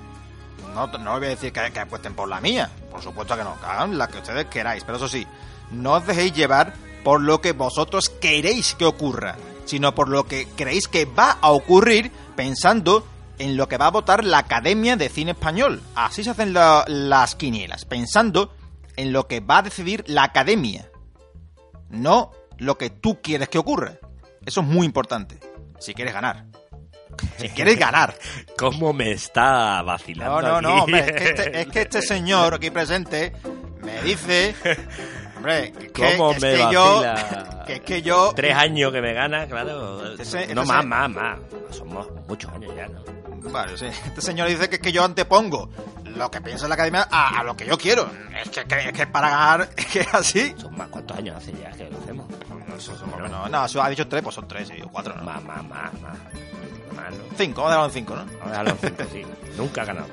[SPEAKER 1] No, no os voy a decir que, que apuesten por la mía. Por supuesto que no. que Hagan la que ustedes queráis. Pero eso sí, no os dejéis llevar por lo que vosotros queréis que ocurra. Sino por lo que creéis que va a ocurrir pensando en lo que va a votar la Academia de Cine Español. Así se hacen la- las quinielas. Pensando en lo que va a decidir la Academia no lo que tú quieres que ocurra. Eso es muy importante. Si quieres ganar. Si quieres ganar.
[SPEAKER 2] ¿Cómo me está vacilando?
[SPEAKER 1] No, no,
[SPEAKER 2] aquí?
[SPEAKER 1] no, hombre, es, que este, es que este señor aquí presente me dice. Hombre, que,
[SPEAKER 2] ¿Cómo
[SPEAKER 1] es
[SPEAKER 2] me
[SPEAKER 1] que yo.
[SPEAKER 2] vacila?
[SPEAKER 1] Que es que yo.
[SPEAKER 2] Tres años que me gana, claro.
[SPEAKER 1] Entonces-
[SPEAKER 2] no,
[SPEAKER 1] entonces-
[SPEAKER 2] más, más, más. Somos muchos años ya, ¿no?
[SPEAKER 1] Vale, sí. Este señor dice que es que yo antepongo lo que piensa la academia a, a lo que yo quiero. Es que, que- es que para ganar es que es así.
[SPEAKER 2] Son más, ¿cuántos años hace ya que lo hacemos?
[SPEAKER 1] No, no, no, eso ha dicho tres, pues son tres, sí, o cuatro, no.
[SPEAKER 2] Más, más, más, más. Más, ¿no?
[SPEAKER 1] Cinco, vamos a dejarlo en cinco, ¿no?
[SPEAKER 2] Ahora los cinco, sí. Nunca ha ganado.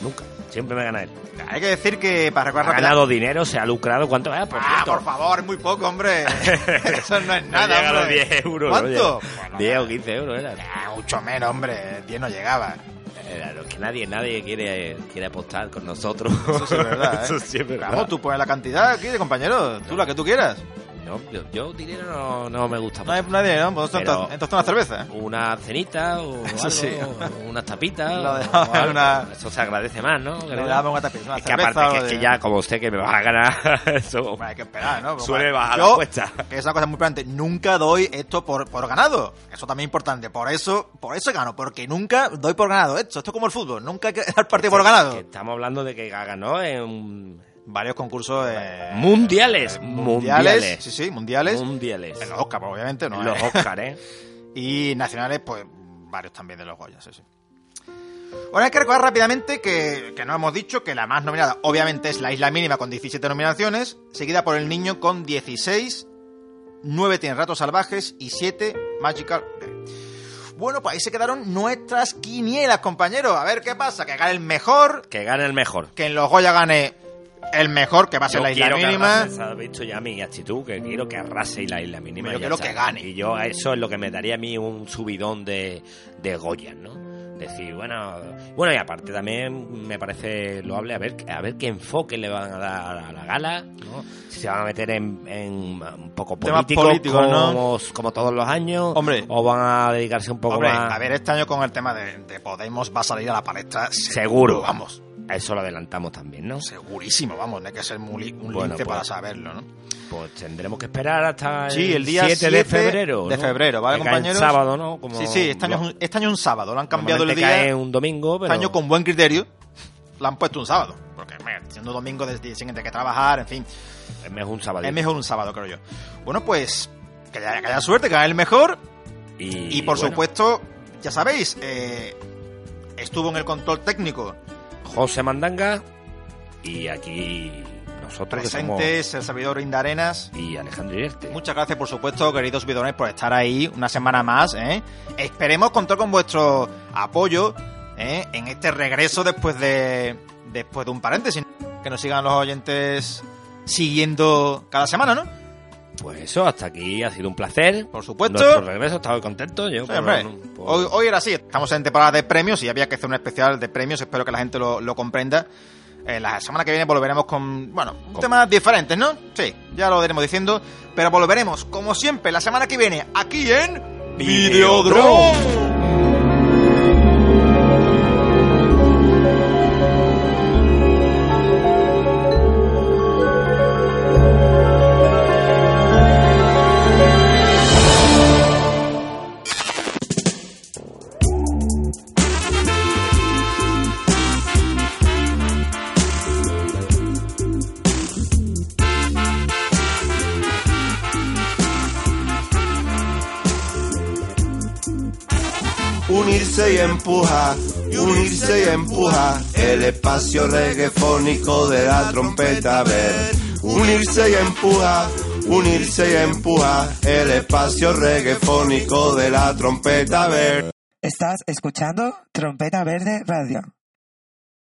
[SPEAKER 2] Nunca. Siempre me gana él.
[SPEAKER 1] Hay que decir que para recordar
[SPEAKER 2] Ha
[SPEAKER 1] rápidamente-
[SPEAKER 2] ganado dinero, se ha lucrado. ¿Cuánto? Ah, por
[SPEAKER 1] ah,
[SPEAKER 2] cierto.
[SPEAKER 1] por favor, es muy poco, hombre. Eso no es
[SPEAKER 2] No
[SPEAKER 1] nada,
[SPEAKER 2] llega a los
[SPEAKER 1] hombre.
[SPEAKER 2] 10 euros. ¿no?
[SPEAKER 1] ¿Cuánto?
[SPEAKER 2] Llega- 10 o 15 euros era.
[SPEAKER 1] Ah, mucho menos, hombre. 10 no llegaba.
[SPEAKER 2] Era lo que nadie, nadie quiere, quiere apostar con nosotros.
[SPEAKER 1] Eso sí es verdad, ¿eh?
[SPEAKER 2] Eso sí es verdad.
[SPEAKER 1] Vamos, tú pones la cantidad aquí de compañero. Tú la que tú quieras. Pues
[SPEAKER 2] No, yo, yo dinero no, no me gusta.
[SPEAKER 1] No hay
[SPEAKER 2] apostar.
[SPEAKER 1] nadie, ¿no? Pues
[SPEAKER 2] Pero-
[SPEAKER 1] entonces, entonces una cerveza. ¿eh?
[SPEAKER 2] una cenita o
[SPEAKER 1] Eso
[SPEAKER 2] algo,
[SPEAKER 1] sí.
[SPEAKER 2] o unas tapitas.
[SPEAKER 1] Lo
[SPEAKER 2] o
[SPEAKER 1] dejamos en
[SPEAKER 2] algo.
[SPEAKER 1] una-
[SPEAKER 2] Eso se agradece más, ¿no?
[SPEAKER 1] Le damos una tapiz, una
[SPEAKER 2] es que
[SPEAKER 1] cerveza
[SPEAKER 2] aparte, que,
[SPEAKER 1] o
[SPEAKER 2] es
[SPEAKER 1] de-
[SPEAKER 2] que ya como usted que me va a ganar, eso
[SPEAKER 1] Bueno, hay que esperar, ¿no?
[SPEAKER 2] Suele
[SPEAKER 1] Bueno,
[SPEAKER 2] bajar
[SPEAKER 1] yo,
[SPEAKER 2] la cuesta.
[SPEAKER 1] que es una cosa muy importante. Nunca doy esto por, por ganado. Eso también es importante. Por eso, por eso gano. Porque nunca doy por ganado esto. Esto es como el fútbol. Nunca hay que dar partido por
[SPEAKER 2] Que
[SPEAKER 1] ganado.
[SPEAKER 2] estamos hablando de que ganó en
[SPEAKER 1] Varios concursos eh,
[SPEAKER 2] mundiales, mundiales,
[SPEAKER 1] Sí, sí, mundiales.
[SPEAKER 2] mundiales.
[SPEAKER 1] En los Oscar, pues, obviamente, ¿no?
[SPEAKER 2] Los Oscar, ¿eh?
[SPEAKER 1] Y nacionales, pues varios también de los Goya, sí, sí. Ahora hay que recordar rápidamente que, que no hemos dicho que la más nominada, obviamente, es La Isla Mínima con 17 nominaciones, seguida por El Niño con 16, 9 tiene Ratos Salvajes y 7 Magical Girl. Bueno, pues ahí se quedaron nuestras quinielas, compañeros. A ver qué pasa, que gane el mejor,
[SPEAKER 2] Que gane el mejor.
[SPEAKER 1] que en los Goya gane el mejor, que va a ser
[SPEAKER 2] Yo
[SPEAKER 1] Ah, La Isla
[SPEAKER 2] quiero que
[SPEAKER 1] Mínima.
[SPEAKER 2] arrase, has visto ya mi actitud, que quiero que arrase y la isla mínima.
[SPEAKER 1] Yo
[SPEAKER 2] ya
[SPEAKER 1] quiero que
[SPEAKER 2] está.
[SPEAKER 1] gane.
[SPEAKER 2] Y yo, eso es lo que me daría a mí un subidón de, de Goya, ¿no? Decir, bueno, bueno, y aparte también me parece loable a ver, a ver qué enfoque le van a dar a la gala, ¿no? Si se van a meter en, en un poco
[SPEAKER 1] Temas
[SPEAKER 2] político,
[SPEAKER 1] políticos, ¿no?
[SPEAKER 2] como, como todos los años,
[SPEAKER 1] Hombre.
[SPEAKER 2] o van a dedicarse un poco
[SPEAKER 1] Hombre,
[SPEAKER 2] más.
[SPEAKER 1] a ver, este año con el tema de, de Podemos va a salir a la palestra.
[SPEAKER 2] Seguro.
[SPEAKER 1] Vamos.
[SPEAKER 2] Eso lo adelantamos también, ¿no?
[SPEAKER 1] Segurísimo, vamos, no hay que ser muy, li- un
[SPEAKER 2] Bueno,
[SPEAKER 1] lince
[SPEAKER 2] pues.
[SPEAKER 1] para saberlo, ¿no?
[SPEAKER 2] Pues tendremos que esperar hasta
[SPEAKER 1] Sí, el día
[SPEAKER 2] 7
[SPEAKER 1] 7
[SPEAKER 2] de febrero.
[SPEAKER 1] de
[SPEAKER 2] ¿no?
[SPEAKER 1] febrero, ¿vale,
[SPEAKER 2] Que cae en
[SPEAKER 1] compañeros?
[SPEAKER 2] sábado, ¿no? Como
[SPEAKER 1] sí, sí, este año, es un, este año es un sábado, lo han cambiado el
[SPEAKER 2] Normalmente
[SPEAKER 1] día.
[SPEAKER 2] cae un domingo, pero
[SPEAKER 1] Este año con buen criterio, lo han puesto un sábado. Porque, hombre, siendo domingo del día siguiente hay que trabajar, en fin,
[SPEAKER 2] es mejor un sábado.
[SPEAKER 1] es mejor un sábado, creo yo. Bueno, pues, que haya, que haya suerte, que haga el mejor. Y, por
[SPEAKER 2] bueno,
[SPEAKER 1] supuesto, ya sabéis, eh, estuvo en el control técnico
[SPEAKER 2] José Mandanga y aquí nosotros que somos-
[SPEAKER 1] presentes el servidor Indarenas.
[SPEAKER 2] y Alejandro Irerte.
[SPEAKER 1] Muchas gracias, por supuesto, queridos bidones, por estar ahí una semana más. ¿eh? Esperemos contar con vuestro apoyo ¿eh? en este regreso después de después de un paréntesis. Que nos sigan los oyentes siguiendo cada semana, ¿no?
[SPEAKER 2] Pues eso, hasta aquí ha sido un placer.
[SPEAKER 1] Por supuesto.
[SPEAKER 2] Nuestro regreso, estaba contento. Yo,
[SPEAKER 1] Sí,
[SPEAKER 2] por-
[SPEAKER 1] hombre.
[SPEAKER 2] por-
[SPEAKER 1] Hoy, hoy era así, estamos en temporada de premios y había que hacer un especial de premios, espero que la gente lo, lo comprenda. Eh, la semana que viene volveremos con, bueno,
[SPEAKER 2] Con-
[SPEAKER 1] temas diferentes, ¿no? Sí, ya lo iremos diciendo, pero volveremos, como siempre, la semana que viene, aquí en
[SPEAKER 2] Videodrome.
[SPEAKER 5] unirse y empujar, unirse y empujar el espacio reguefónico de la trompeta a ver, unirse y empujar, unirse y empujar el espacio reguefónico de la trompeta a ver.
[SPEAKER 6] Estás escuchando Trompeta Verde Radio.